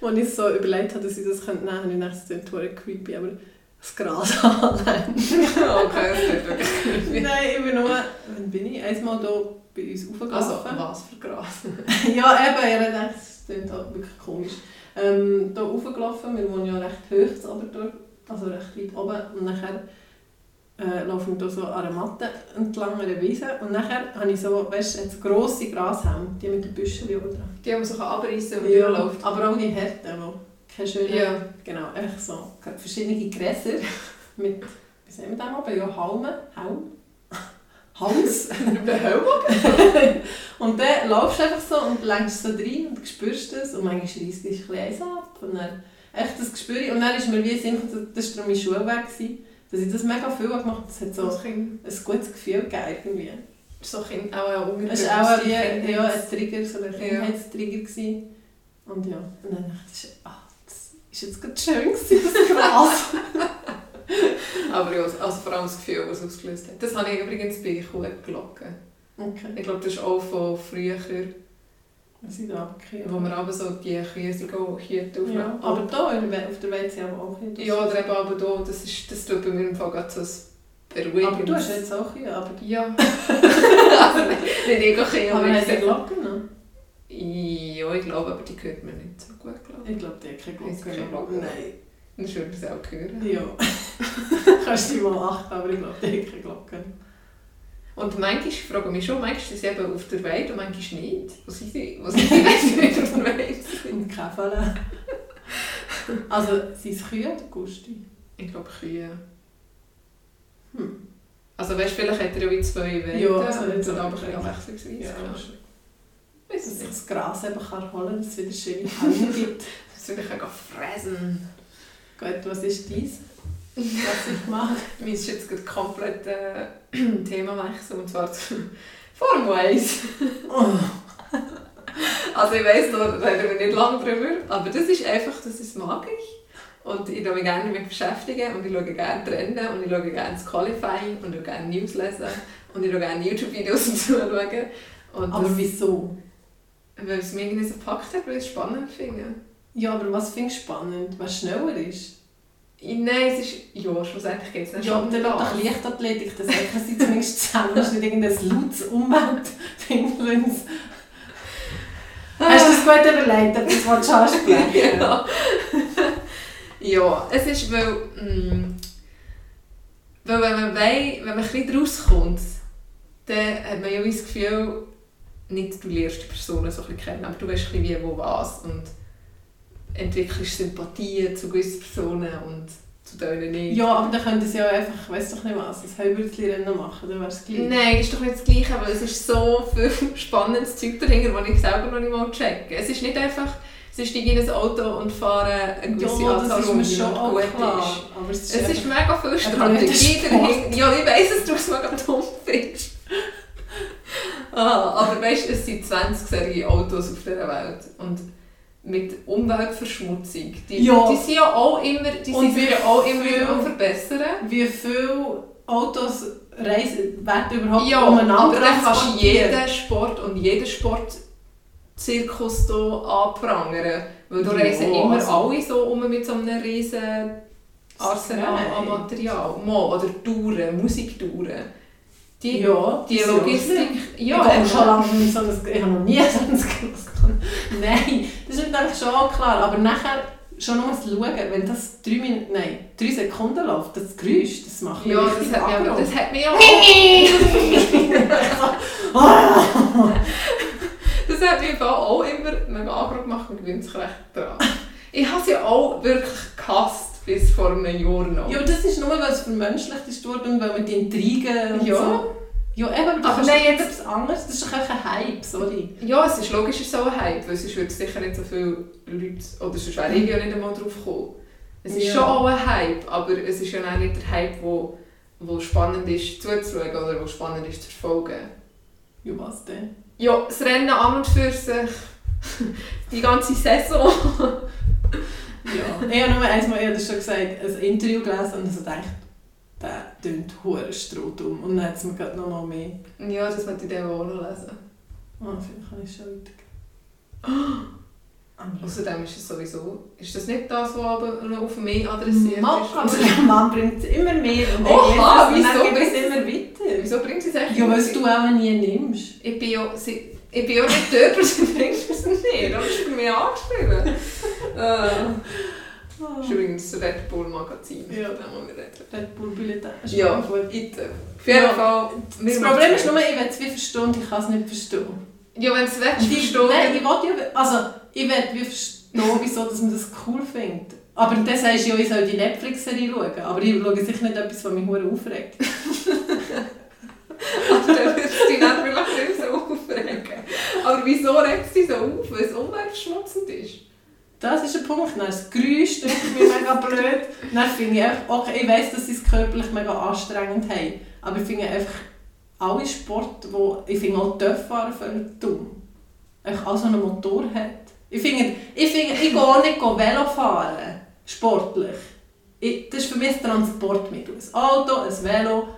als ich so überlegt habe, dass ich das könnte nehmen, habe ich gedacht, das ist total creepy, aber das Gras anlegen.
okay, das ist wirklich
Nein, ich bin nur, wann bin ich? Einmal hier bei uns
Also,
hochgelaufen.
was für Gras?
Ja, eben, ich dachte, das klingt halt wirklich komisch. Ähm, hier raufgelaufen, wir wohnen ja recht hoch zu Obertor, also recht weit oben. Und nachher äh, laufen wir hier so an einer Matte entlang einer Wiese. Und nachher habe ich so, weißt du, jetzt grosse Grashämme, die mit den Büscheln oben dran.
Die haben wir so abreißen und
Ja,
durchlaufen.
aber auch die Härte, wo keine schöne...
Ja.
Genau, einfach so verschiedene Gräser mit, wie sagen wir das aber? Ja, Halmen, Halm, Hals.
Überhaupt?
und dann laufst du einfach so und lenkst so rein und spürst es und manchmal reißt dich ein bisschen eins ab und dann echt das Gespür und dann ist mir wie Sinn, das war mein Schulweg, gewesen, dass ich das mega viel gemacht habe, das hat so
Kind.
ein gutes Gefühl gegeben irgendwie.
so Kind, auch ein
Es war auch wie
Kindheit.
ja, ein Trigger, so ein
Ja.
Kindheitstrigger. gewesen. Und ja, und dann dachte ich, ah, das ist jetzt gerade schön gewesen, das Gras.
Aber ja, also vor allem das Gefühl, was es ausgelöst hat. Das habe ich übrigens bei Kuhglocken.
okay,
Ich glaube, das ist auch von früher,
wir sind abgekehrt.
wo man aber so die Kühe go- Hüte auf.
ja, aber hier auf der WC haben wir auch nicht.
ja, oder eben aber da, das, ist, das tut bei mir im Fall gerade so ein beruhigendes...
aber du hast jetzt auch hier, aber
Ja. also nicht nicht ich okay,
aber
aber ich
hast du
sage...
Glocken noch?
Ja, ich glaube, aber die hört man nicht so gut, glaube ich.
Ich glaube, die hat keine
Hast du keine
Glocken.
Glocken?
Nein.
Dann würde ich es auch hören.
Ja. Kannst du mal achten, aber ich glaube, die hat keine Glocken.
Und manchmal, ich frage mich schon, manchmal ist es eben auf der Weide und manchmal nicht. Was ist die, was ist die nicht auf der Weide?
Und Käferle. Also, sind es Kühe oder Gusti?
Ich glaube Kühe.
Hm.
Also weißt du, vielleicht hat er ja wie zwei Weiden.
Ja, also
und
nicht so
dann aber ein
wirklich.
bisschen wechselweise.
Ja.
Ja.
Dass
Weiss es
sich
nicht.
das Gras eben kann holen kann, dass es wieder schöne Hände gibt.
Das würde ich auch fressen.
Gut, was ist dies? Was ich mache?
Mir ist jetzt gerade komplett äh, Themawechsel und zwar zu Formel 1. Oh. Also ich weiss, da reden wir nicht lange drüber, aber das ist einfach, das ist mag ich. Und ich schaue mich gerne damit beschäftigen und ich schaue gerne die Rennen und ich schaue gerne das Qualifying und ich schaue gerne News lesen und ich schaue gerne YouTube-Videos dazu schauen. Und
Aber
das-
wieso?
Weil es mich irgendwie so gepackt hat, weil ich es spannend finde.
Ja, aber was findest du spannend? Was schneller ist?
Ich- Nein, es ist... Ja, schlussendlich geht es nicht
Ja, aber dann doch Leichtathletik, das einfach sie zumindest zusammen. Das ist nicht irgendein lautes Umweltding. Linz. Hast du das gut überlegt, ob das was du ansprechen
ja. ja, es ist, weil... mm, weil wenn man wei, wenn man ein bisschen rauskommt, dann hat man ja wie das Gefühl, nicht du lernst die Personen so ein bisschen kennen, aber du weißt ein bisschen wie, wo, was und entwickelst Sympathien zu gewissen Personen und zu denen nicht.
Ja, aber dann könnten sie ja einfach, ich weiss doch nicht was, ein Heubürzli-Rennen machen, dann wäre es gleich.
Nein, ist doch nicht das Gleiche, aber es ist so viel spannendes Zeug dahinter, das ich selber noch nicht mal checke. Es ist nicht einfach, sie steigen in ein Auto und fahren eine gewisse
Ja,
Anzahl
das ist
Runden,
mir
die
schon auch
gut
klar.
ist.
Aber es ist,
Es ist mega viel
Ein
Strategie
blöder
dahinter. Ja, ich weiss, dass du es mega dumm findest. ah, aber weißt du, es sind 20 Serie Autos auf dieser Welt. Und mit Umweltverschmutzung. Die,
Ja.
die sind ja auch immer, die
Und
sind sich
wie
ja auch immer
viel-
wieder am verbessern.
wie viele Autos reisen, werden überhaupt um
Ja, aber
umeinander
dann kannst du
transportiert?
jeden Sport und jeden Sportzirkus hier anprangern. Weil da
Ja,
reisen immer
also-
alle so um mit so einem riesen Arsenal
Nein.
an Material. Mo, oder Touren, Musiktouren. Die,
Ja,
die
das ist
Logistik...
Ja, ich habe schon lange nicht so ein, ich habe noch nie so ein Glas gehabt. Nein, das ist natürlich schon auch klar, aber nachher schon nur zu schauen, wenn das drei, Min nein, drei Sekunden läuft, das Geräusch, das macht mich
ja,
richtig
das hat, mich, aber-
aggro.
das hat mich ja auch... Das hat mich im Fall auch immer mega aggro gemacht und gewinnt sich recht daran. ich habe sie auch wirklich gehasst bis vor einem Jahr noch.
Ja, aber das ist nur, weil es vermenschlicht ist worden und weil man die Intrigen und
Ja.
so... Ja, eben, aber,
Aber
aber nein,
nein,
jetzt etwas anderes, das ist doch einfach ein Hype, sorry.
Ja, es ist logisch, es ist so ein Hype, weil sonst würde sicher nicht so viele Leute, oder sonst wäre ich ja nicht einmal drauf gekommen. Es ist
Ja.
schon auch ein Hype, aber es ist ja auch nicht der Hype, wo, wo spannend ist zuzuschauen oder wo spannend ist zu verfolgen.
Ja, was denn?
Ja, das Rennen an und für sich, die ganze Saison.
Ja. ich habe nur einmal, ich habe das schon gesagt, ein Interview gelesen und also gedacht, der tönt hure strot um. Und dann hat es mir gerade noch mal mehr...
Ja, das wollte ich dir auch noch lesen.
Ah, vielleicht habe ich schon Also, wieder...
Ah. Außerdem ist es sowieso, ist das nicht das, was aber noch auf mich adressiert
Mann, aber
ist?
der Mann bringt es immer mehr und
Oha,
Jesus, und
wieso
dann geht es
bist-
immer weiter.
Wieso bringt sie es eigentlich
Ja,
nicht?
weil es du auch nie nimmst.
Ich bin ja, sie, ich bin ja nicht dort, aber sie bringt es nicht. Das ist für mich angeschrieben. äh, das ist übrigens das Red Bull Magazin,
Ja.
von dem wir reden.
Red Bull Bulletin. ist
Ja.
auch gut.
Bitte. Auf jeden
Ja.
Fall.
Das
wir
Problem
machen-
ist nur, ich will es wie verstehen und ich kann es nicht verstehen.
Ja, wenn es willst,
Die- Nein,
verstehen.
ich will ja... Also, ich will wie verstehen, wieso dass man das cool findet. Aber dann sagst du ja, ich soll die Netflix-Serie schauen. Aber ich schaue sicher nicht etwas, was mich hure aufregt.
Dann würdest du dich natürlich nicht so aufregen. Aber wieso regt sie so auf, weil es umweltschmutzend ist?
Das ist ein Punkt. Dann ist das Geräusch das ist mir mega blöd. Dann finde ich einfach, okay, ich weiss, dass sie es körperlich mega anstrengend haben. Aber ich finde einfach, alle Sport, wo ich finde auch Töpffahren völlig dumm. Ich auch so einen Motor hat. Ich finde, ich, finde, ich gehe auch nicht Velo fahren, sportlich. Ich, das ist für mich ein Transportmittel. Ein Auto, ein Velo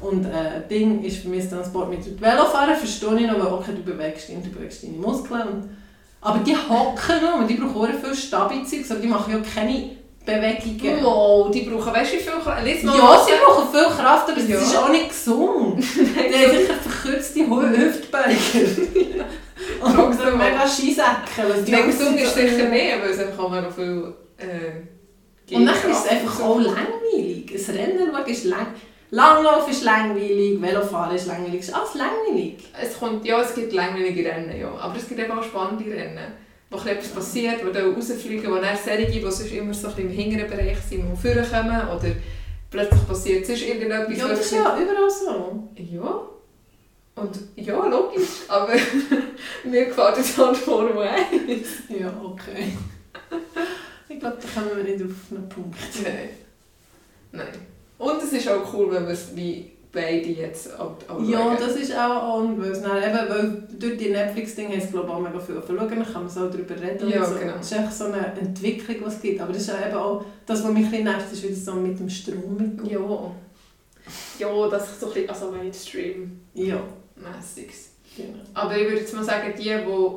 und äh, ein Ding ist für mich ein Transportmittel. Die Velofahren verstehe ich noch, weil okay, du bewegst dich, du bewegst deine Muskeln. Und, aber die hocken noch, und die brauchen auch viel Stabizeug, aber die machen ja keine Bewegungen.
Wow, die brauchen, weißt du, wie viel Kraft? Lies mal
Genau. Ja, sie brauchen viel Kraft, aber es
Ja.
ist auch nicht gesund. Die haben sicher verkürzte Hü- Hüftbeuger.
Frag
Und
sie mal.
mega Skisäcke. was die
Nein,
ganze
gesund ist
Zeit-
sicher nicht, weil es einfach auch noch viel... Äh,
Und dann ist es
Kraft
einfach
so.
auch langweilig. Ein Rennen schauen ist lang. Langlauf ist langweilig, Velofahren ist langweilig, ist alles langweilig.
Es kommt, ja, es gibt langweilige Rennen, ja. Aber es gibt eben auch spannende Rennen, wo ein bisschen etwas passiert, wo dann rausfliegen, wo dann Serien, die sonst immer so ein bisschen im hinteren Bereich sind, die vorne kommen oder plötzlich passiert sonst irgendetwas.
Ja, das ist
wirklich-
ja überall so.
ja. Und ja, logisch, aber mir gefällt jetzt halt Formel 1.
Ja, okay. Ich glaube, da kommen wir nicht auf einen Punkt.
Nein. Nein. Und es ist auch cool, wenn wir es wie beide jetzt auch, auch
Ja,
schauen.
das ist auch on, weil es dann eben, weil durch die Netflix-Dinge haben sie glaube ich, auch mega viel schauen, dann kann man so darüber reden und
Ja,
so.
genau.
Das ist echt so eine Entwicklung, die es gibt, aber das ist ja eben auch, das, was mich ein bisschen nervt, ist wieder so mit dem Strom mitgehen.
Ja. Ja, das ist so ein bisschen also Mainstream-mässiges.
Ja, genau.
Aber ich würde jetzt mal sagen, die, die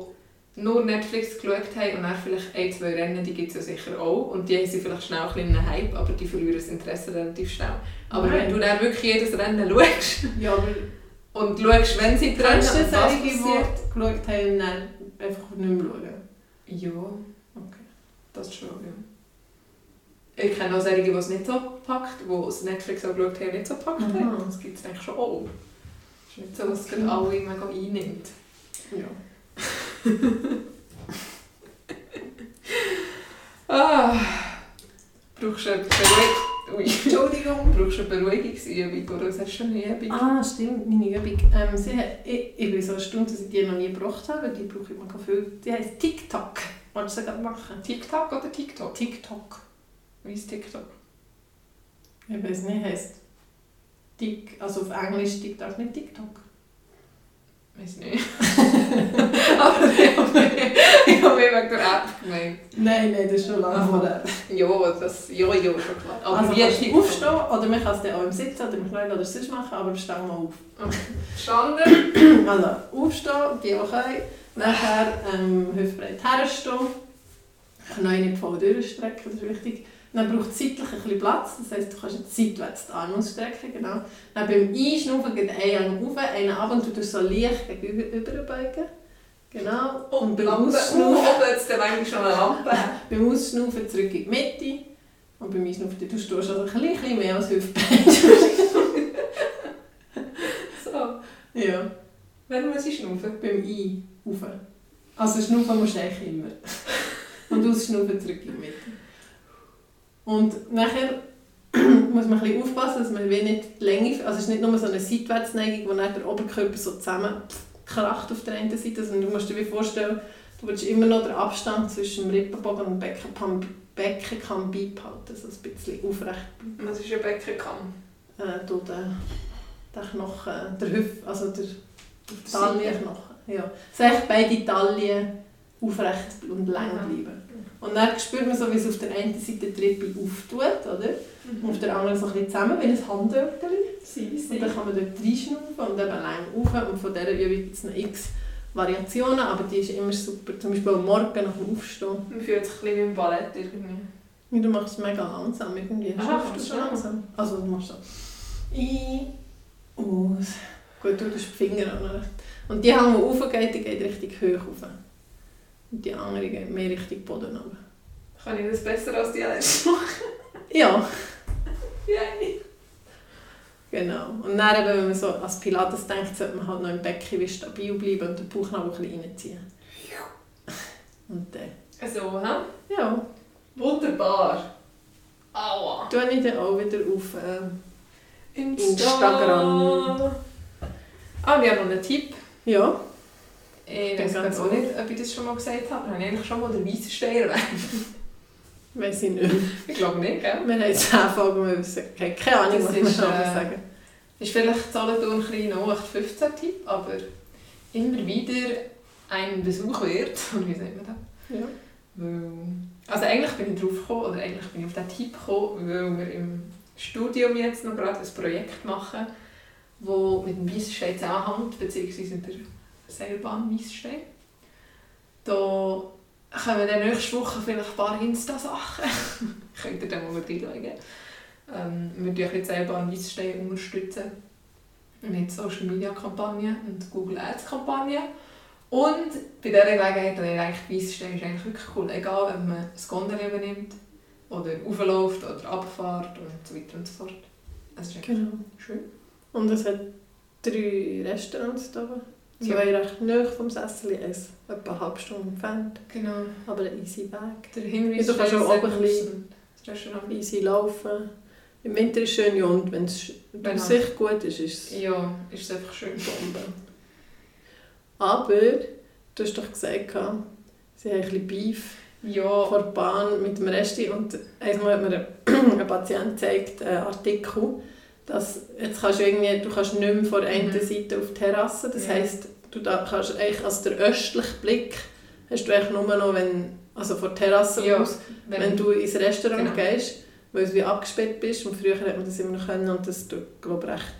nur Netflix geschaut haben und dann vielleicht ein, zwei Rennen, die gibt es ja sicher auch. Und die haben sie vielleicht schnell ein bisschen einen Hype, aber die verlieren das Interesse relativ schnell. Aber
Nein.
wenn du dann wirklich jedes Rennen schaust
Ja, aber
und schaust, wenn sie
die
dran
Trends
sind,
sind
und was
solche, die
passiert...
geschaut haben, dann einfach nicht mehr schauen.
Ja, okay. Das schon, ja. Ich kenne auch solche, die es nicht so packt, die es Netflix auch geschaut haben, nicht so packt
Aha.
haben. Das gibt es eigentlich schon auch. Es ist nicht so, dass es gerade alle mega einnimmt.
Ja.
Ah, brauchst du eine Beruhigung? Ui.
Entschuldigung.
Brauchst du eine Beruhigungsübung oder was hast du schon eine Übung?
Ah, stimmt, meine Übung. Ähm, sie hat, ich, ich bin so erstaunt, dass ich die noch nie gebraucht habe, weil die brauche ich immer viel. Die heisst TikTok. Wolltest du sie gerade machen?
TikTok oder TikTok?
TikTok.
Wie ist TikTok?
Ich weiß nicht, heißt Tick, also auf Englisch TikTok, nicht TikTok.
Weiß nicht. Aber ich habe mich ich habe mich wegen der App gemeint.
Nein, nein, das ist schon lange
Aha.
vorher.
Ja, das, ja, ja, schon klar. Aber
also
wie
kannst du
TikTok?
aufstehen oder man kann es dann auch im Sitzen oder im Knäuel oder sonst machen, aber steh mal auf.
Standen.
Also aufstehen, die auch können, nachher ähm, hüftbreit herstehen, Knie nicht voll durchstrecken, das ist wichtig. Dann braucht es zeitlich ein bisschen Platz, das heisst, du kannst jetzt seitwärts die Arme ausstrecken, genau. Dann beim Einschnaufen geht ein Arm auf, einen ab und du tust so leicht gegenüber beugen. Genau. Und beim
Lampe.
Ausschnaufen...
Oh, oben jetzt dann eigentlich schon eine Lampe.
Beim Ausschnaufen zurück in die Mitte. Und beim Einschnaufen du tust du also ein bisschen mehr als Hüftbein.
So,
ja,
wenn muss ich schnaufen.
beim Einschnaufen. Also schnaufen musst du eigentlich immer. Und ausschnaufen zurück in die Mitte. Und nachher muss man ein bisschen aufpassen, dass man wie nicht die Länge... Also es ist nicht nur so eine Seitwärtsneigung, wo dann der Oberkörper so zusammen kracht auf der einen Seite. sondern du musst dir wie vorstellen, du willst immer noch den Abstand zwischen dem Rippenbogen und dem Beckenkamm Beckenkamm beibehalten. Also ein bisschen aufrecht
Was ist ein Beckenkamm?
äh, durch den, den Knochen, der Hüft, also der
Auf der Seite.
Taillenknochen. Ja. Es echt beide Talien aufrecht und lang
Ja.
bleiben. Und dann spürt man so, wie es auf der einen Seite die Rippe auftut, oder?
Mhm.
Und auf der anderen so ein bisschen zusammen, wie ein Handöpfchen.
Sie, sie.
Und dann kann man dort reinschnaufen und eben lang rauf. Und von dieser Übung gibt es noch x Variationen, aber die ist immer super. Zum Beispiel am Morgen nach dem Aufstehen.
Man fühlt sich ein bisschen wie im Ballett irgendwie.
Und du machst es mega langsam irgendwie.
Ah,
Schaffst du
ganz
es
langsam.
langsam? Also du machst so. Ein, aus. Gut, du tust die Finger an. oder? Und die Hand, die raufgeht, die geht richtig hoch rauf. Und die andere geht mehr Richtung Boden runter.
Kann ich das besser als die letzte Woche?
Ja,
Yay.
genau. Und dann eben, wenn man so als Pilates denkt, sollte man halt noch im Becken wie stabil bleiben und den Bauchnabel ein bisschen reinziehen. Und dann,
So, Also, hä?
ja,
Wunderbar. Aua.
tue ich dann auch wieder auf. Äh, Instagram.
Instagram. Ah, wir haben noch einen Tipp.
ja,
Ich
Bin
weiß
ganz
auch nicht, ob ich das schon mal gesagt habe. Wir haben eigentlich schon mal den weißen Stein erwähnt.
weiss ich nicht.
Ich glaube nicht, gell?
Wir haben 10 Folgen, wir wissen keine Ahnung,
Das
was
ist,
wir schon
äh,
sagen.
Ist vielleicht Solothurn ein bisschen 0815-Tipp, aber immer wieder ein Besuch wert. Und wie sagt man das?
Ja.
Weil, also eigentlich bin ich drauf gekommen, oder eigentlich bin ich auf diesen Tipp gekommen, weil wir im Studium jetzt noch gerade ein Projekt machen, das mit dem Weissstein zusammenhängt, beziehungsweise mit der Seilbahn Weissstein. Da kommen dann nächste Woche vielleicht ein paar Insta-Sachen. Könnt ihr dann mal reinschauen. Ähm, wir unterstützen die Seilbahn Weissstein unterstützen mit Social-Media-Kampagnen und Google-Ads-Kampagnen. Und bei dieser Gelegenheit habe ich gedacht, Weissstein ist eigentlich wirklich cool. Egal, ob man das Gondel übernimmt oder raufläuft oder abfährt und so weiter und so fort. Also, Es ist eigentlich
Genau.
schön.
Und es hat drei Restaurants da oben. Zwei recht nahe vom Sessel, eins etwa eine halbe Stunde entfernt.
Genau.
Aber ein easy Weg.
Der Hinweis
Ja, du kannst auch ein
Das Restaurant.
Easy laufen. Im Winter ist es schön, ja, und wenn es
Genau.
sich gut ist, ist es
Ja, ist es einfach schön.
Bombe. Aber, du hast doch gesagt, gehabt, sie haben ein bisschen Beef.
Ja,
vor der Bahn mit dem Resti und einmal hat mir ein Patient gezeigt, einen Artikel, dass jetzt kannst du, irgendwie, du kannst nicht mehr von der einen
Mhm.
Seite auf die Terrasse, das
Ja.
heisst, du da kannst eigentlich, also der östliche Blick hast du eigentlich nur noch, wenn, also von der Terrasse
Ja,
aus, wenn, du ins Restaurant
Genau.
gehst, weil du wie abgesperrt bist und früher hat man das immer noch können und das tut, glaube ich, recht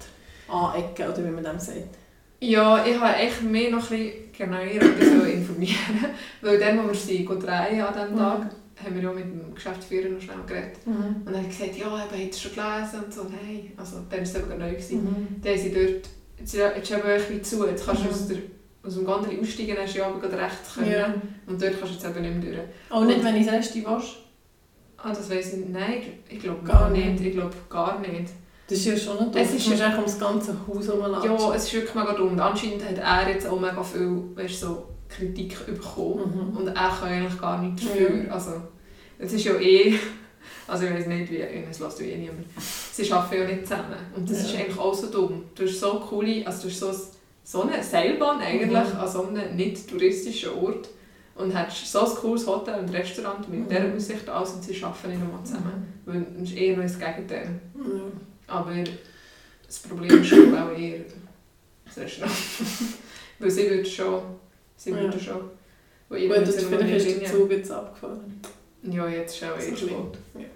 anecken, oder wie man dem sagt.
Ja, ich habe echt mehr noch ein bisschen genauer über so informieren. Weil dann, wo wir sie gut drehen an diesem
Mhm.
Tag, haben wir ja mit dem Geschäftsführer noch schnell geredet.
Mhm.
Und er hat gesagt, ja, ich habe es schon gelesen und so. Und hey, also dann war es sogar neu.
Mhm.
Gewesen. Dann haben sie dort, jetzt, jetzt haben wir euch ein bisschen zu, jetzt kannst du
Mhm.
aus, der, aus dem Gondel aussteigen, dann hast du ja aber gerade rechts können.
Ja.
Und dort kannst du jetzt eben nicht mehr durch.
Auch nicht, wenn du ins Resti willst.
Ah, das weiss ich nicht. Nein, ich glaube
Gar
gar nicht. Ich glaube gar nicht.
Das ist ja schon noch
Es
doof.
ist
Du musst eigentlich ums ganze Haus rumlatschen.
Ja, es ist wirklich mega dumm. Und Anscheinend hat er jetzt auch mega viel weißt, so Kritik bekommen.
Mhm.
Und er kann eigentlich gar nichts
Ja.
dafür. Also, es ist ja eh. Also, ich weiß nicht, wie. Es lässt ja eh niemand. Sie arbeiten ja nicht zusammen. Und das
Ja.
ist eigentlich auch so dumm. Du hast so coole. Also, du hast so, ein- so eine Seilbahn eigentlich
Mhm.
an so einem nicht touristischen Ort. Und hast so ein cooles Hotel und Restaurant mit
Mhm.
dieser Aussicht und alles. Und sie arbeiten nicht einmal zusammen. Weil es ist eher noch das Gegenteil.
Ja.
Aber das Problem ist schon auch eher das Restaurant. Weil sie würden schon. Sie
Ja.
würden schon. Weil
Gut, das
sind wir
vielleicht
nicht
ist der
drin.
Zug jetzt abgefahren.
Ja, jetzt ist auch
So
eher
schlimm.
schon.
Ja.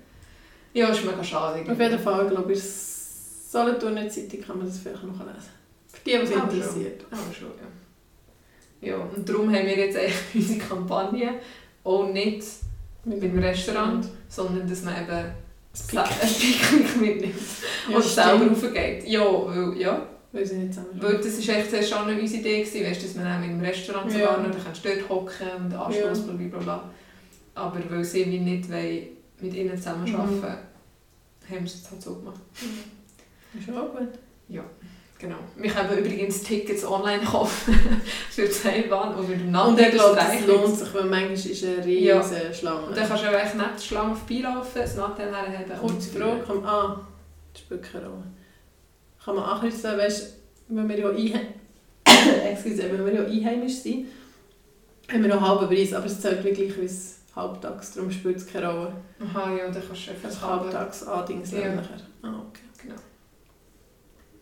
Ja, ist mega schade.
Auf jeden Fall, glaube ich, ist Solothurner Zeitung kann man das vielleicht noch lesen. Für die, die es
Ah, Ja, schon.
interessiert.
Aber schon, ja. Ja, und darum haben wir jetzt eigentlich unsere Kampagne auch nicht
Mit
beim Restaurant, sondern dass man eben
Picknick.
ein Picknick mitnimmt
Ja,
und
stimmt.
selber raufgeht. Ja, weil, ja.
Weil sie nicht zusammen
Weil das war echt zuerst schon eine unsere Idee, gewesen, weißt, du, dass man dann im Restaurant
Ja.
sogar noch dann kannst du dort hocken und Anschluss,
Ja.
bla bla bla, bla. Aber weil sie wie nicht wollen, mit ihnen zusammen
Mhm.
arbeiten haben wir es jetzt halt so gemacht.
Ist auch gut.
Genau. Wir können übrigens Tickets online kaufen für die Seilbahn und mit dem Namen
Und ich glaube,
das
das
reicht.
lohnt sich, weil manchmal ist eine
Ja.
riesige Schlange.
Und dann kannst du auch echt neben der Schlange vorbeilaufen, das Nattel herhaben.
Kurze
und-
Frage, kann man, ah, das ist wirklich eine Rolle. Kann man ankreuzen, weißt, wenn wir ja einheimisch, excuse, wenn wir ja einheimisch sind, haben wir noch einen halben Preis, aber es zählt gleich wie es halbtags, darum spielt es keine Rolle.
Aha, ja, dann kannst du
Das
einfach haben.
halbtags Adings
Ja.
ja. nachher. Ah, okay.
Genau.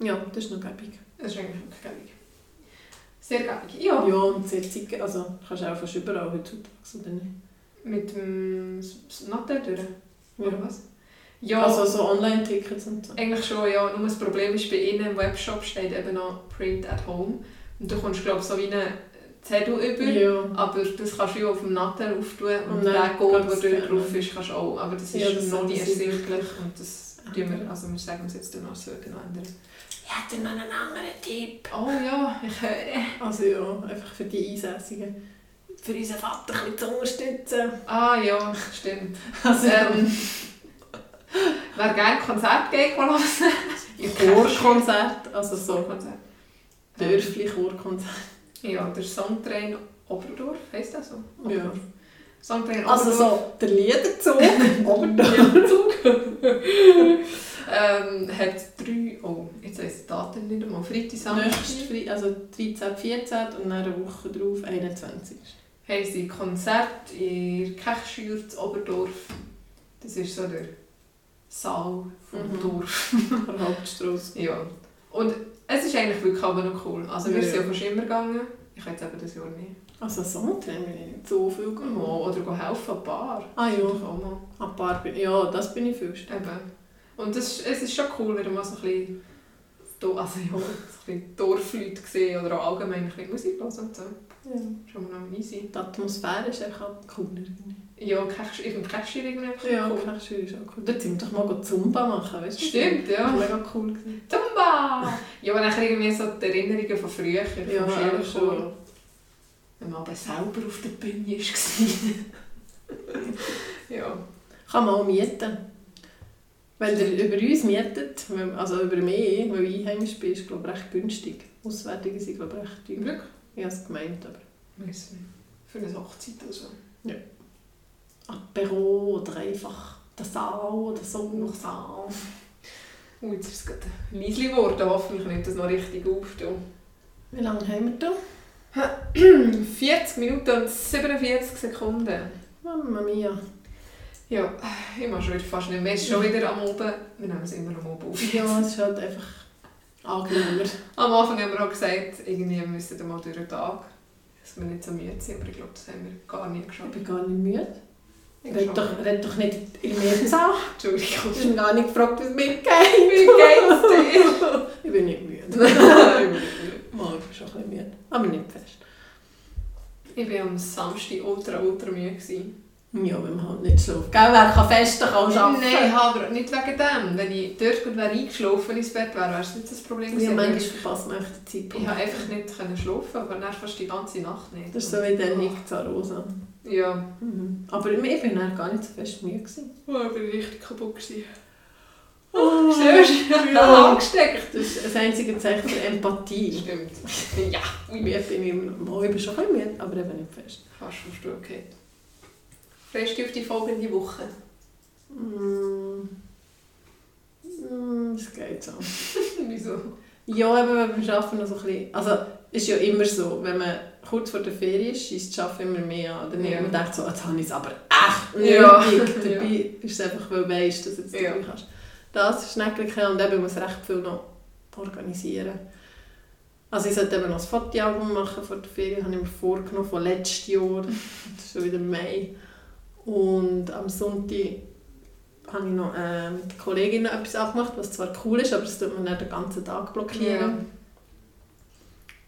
Ja, das ist noch gäbig.
Das ist eigentlich wirklich gäbig. Sehr gäbig. Ja.
Ja, und Sitzungen, also kannst du auch fast überall heutzutage, oder nicht?
Mit dem S- S- Nattel durch. Oder
Ja.
was? Ja,
Also so Online-Tickets und so.
eigentlich schon, ja. Nur das Problem ist, bei ihnen im Webshop steht eben noch Print at Home. Und du kommst, glaube ich, so wie einen Zettel Äh, über.
Ja.
Aber das kannst du ja auf dem Nattel auftun und,
Und
der
dann
Code,
kannst
der
du
dort
es
drauf ist, kannst du auch. Aber das ist
genau. Ja, das
noch nicht
das ist
ersichtlich und das tun
Okay.
wir, also wir sagen es jetzt danach, es wird noch genau, ändern.
Ich hätte noch einen anderen Tipp.
Oh ja, ich äh, höre.
Also ja, einfach für die Einsässigen. Für unseren Vater ein bisschen zu unterstützen.
Ah ja, stimmt.
Also
ähm, wer gerne Konzert geht, kann hören.
ein Chorkonzert, also so
Konzert.
dörfliche Chorkonzert.
Ja, der Songtrain Oberdorf, heisst das so?
Ja.
Songtrain
Also
Oberdorf.
so der Liederzug, aber da.
Ja, Zug. ähm, hat drei, oh, jetzt weiss ich die Daten nicht einmal, Freitag,
Nächste
Samstag
Fre- also 13, 14 und dann eine Woche drauf, 21.
haben sie Konzert in Kechschür, in Oberdorf. Dus Das ist so der Saal vom
Mhm.
Dorf.
An der Hauptstrasse.
Ja. Und es ist eigentlich wirklich aber noch cool. Also wir
Ja,
sind
ja.
ja fast immer gegangen. Ich habe jetzt eben das Jahr nicht.
Also Sonntag haben wir nicht so viel
Mhm.
gemacht.
Oder gehen helfen an der Bar.
Ah
Das ist
ja,
doch auch mal.
ein paar bin Ja, das bin ich viel stärker.
Eben. Und das, ist- es ist schon cool, wenn du mal so ein bisschen, Do- also ja, so ein bisschen Dorfleute gesehen oder auch allgemein ein bisschen Musik hören und so.
Ja.
Schon mal noch easy.
Die Atmosphäre ist einfach auch cooler. irgendwie.
Ja, kennst du eben kennst du irgendwie einfach
Ja,
cool.
Kirchschule ist auch cool. Dort sind wir doch mal go Zumba machen, weißt du?
Stimmt,
Das war
ja.
mega cool. gewesen.
Tumba! Ja, aber dann irgendwie so die Erinnerungen von früher, vom
Ja,
Schülerchor.
auch schon.
Wenn man aber selber auf der Bühne war. ja.
Kann man auch mieten. Wenn ihr über uns mietet, wenn- also über mich, weil ich heimisch bin, ist glaube ich recht günstig. Auswärtige sind glaube ich recht
Im
teuer.
Glück.
Ich habe es gemeint, aber...
Weiss nicht. Für eine Hochzeit oder so.
Apero oder einfach der Saal oder so.
Noch Saal. Ui, jetzt ist es gerade leise geworden. Hoffentlich nimmt das noch richtig auf. Du.
Wie lange haben wir da?
40 Minuten und 47 Sekunden.
Mamma mia.
Ja, ich mache schon wieder fast nicht mehr. Es ist schon wieder am Oben. Wir nehmen es immer am Oben auf.
Ja, es ist halt einfach angenehmer.
Am Anfang haben wir auch gesagt, irgendwie müssen wir mal durch den Tag. Dass wir nicht so müde sind, aber ich glaube, das haben wir gar nie
Ich
geschafft.
bin gar nicht müde.
Ich
Red
schon.
doch, red doch nicht in mir an.
Entschuldigung.
Du hast mich gar nicht gefragt, was mir geht.
Wie geht's dir?
Ich bin nicht müde. Mal, ich bin schon ein bisschen müde. Aber nicht fest.
ich war am Samstag ultra, ultra müde. gewesen.
Ja, wenn man halt nicht schläft. Gell, wer kann festen, kann arbeiten.
Nein, halt aber nicht wegen dem. Wenn ich dort gut wäre eingeschlafen ins Bett wäre, wäre es nicht das Problem
Ja,
gewesen.
manchmal verpasst man echt den Zeitpunkt.
Ich habe einfach nicht können schlafen, aber dann fast die ganze Nacht nicht.
Das ist so wie der Nick Zarosa.
Ja.
Mhm. Aber ich bin dann gar nicht so fest müde. gewesen.
Oh, ich bin richtig kaputt gewesen.
Oh,
Siehst du?
ja.
Angesteckt.
Das ist das einzige Zeichen der Empathie.
Stimmt. Ja, ui,
Ich bin, ich bin, mal, ich bin schon ein bisschen müde, aber eben nicht fest.
fast vom Stuhl okay. Freust du auf die folgende Woche?
Mm. Mm, Es geht so.
Wieso?
Ja, eben wenn wir arbeiten noch so ein bisschen. Also ist ja immer so, wenn man kurz vor der Ferien ist, ist das Arbeiten immer mehr an. Dann
Ja.
man denkt so, jetzt habe ich es aber echt nötig.
Ja.
Dabei ist es einfach, weil du weißt, dass du es
Ja.
dabei kannst. Das ist schnecklich und eben muss recht viel noch organisieren. Also ich sollte eben noch ein Fotoalbum machen vor der Ferien, habe ich mir vorgenommen, von letztes Jahr. Das ist schon wieder Mai. Und am Sonntag habe ich noch äh, mit der Kollegin noch etwas abgemacht, was zwar cool ist, aber das tut man nicht den ganzen Tag blockieren.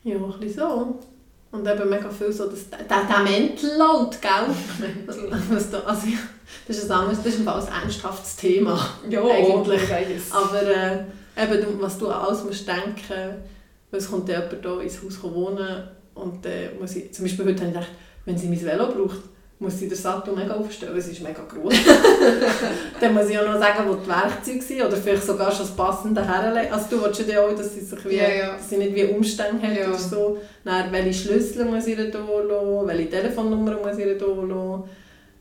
Ja, ein bisschen so. Und eben mega viel so, dass der, der, der Mäntel lohnt, gell? Was da- also, ja, das ist ein anderes, das ist im Fall ein ernsthaftes Thema.
Ja,
Eigentlich.
ich weiss.
Aber äh, eben, du- was du an alles musst denken, weil es kommt dann jemand hier ins Haus wohnen und dann muss ich, zum Beispiel heute habe ich gedacht, wenn sie mein Velo braucht, muss sie den Sattel mega aufstellen, es ist mega groß. dann muss ich auch noch sagen, wo die Werkzeuge sind oder vielleicht sogar schon das passende herlegen. Also du willst ja auch, dass sie sich wie,
Ja, ja.
Dass sie nicht wie Umstände haben
Ja.
oder so. Dann, welche Schlüssel muss ich ihr hier lassen, welche Telefonnummer muss ich ihr hier lassen.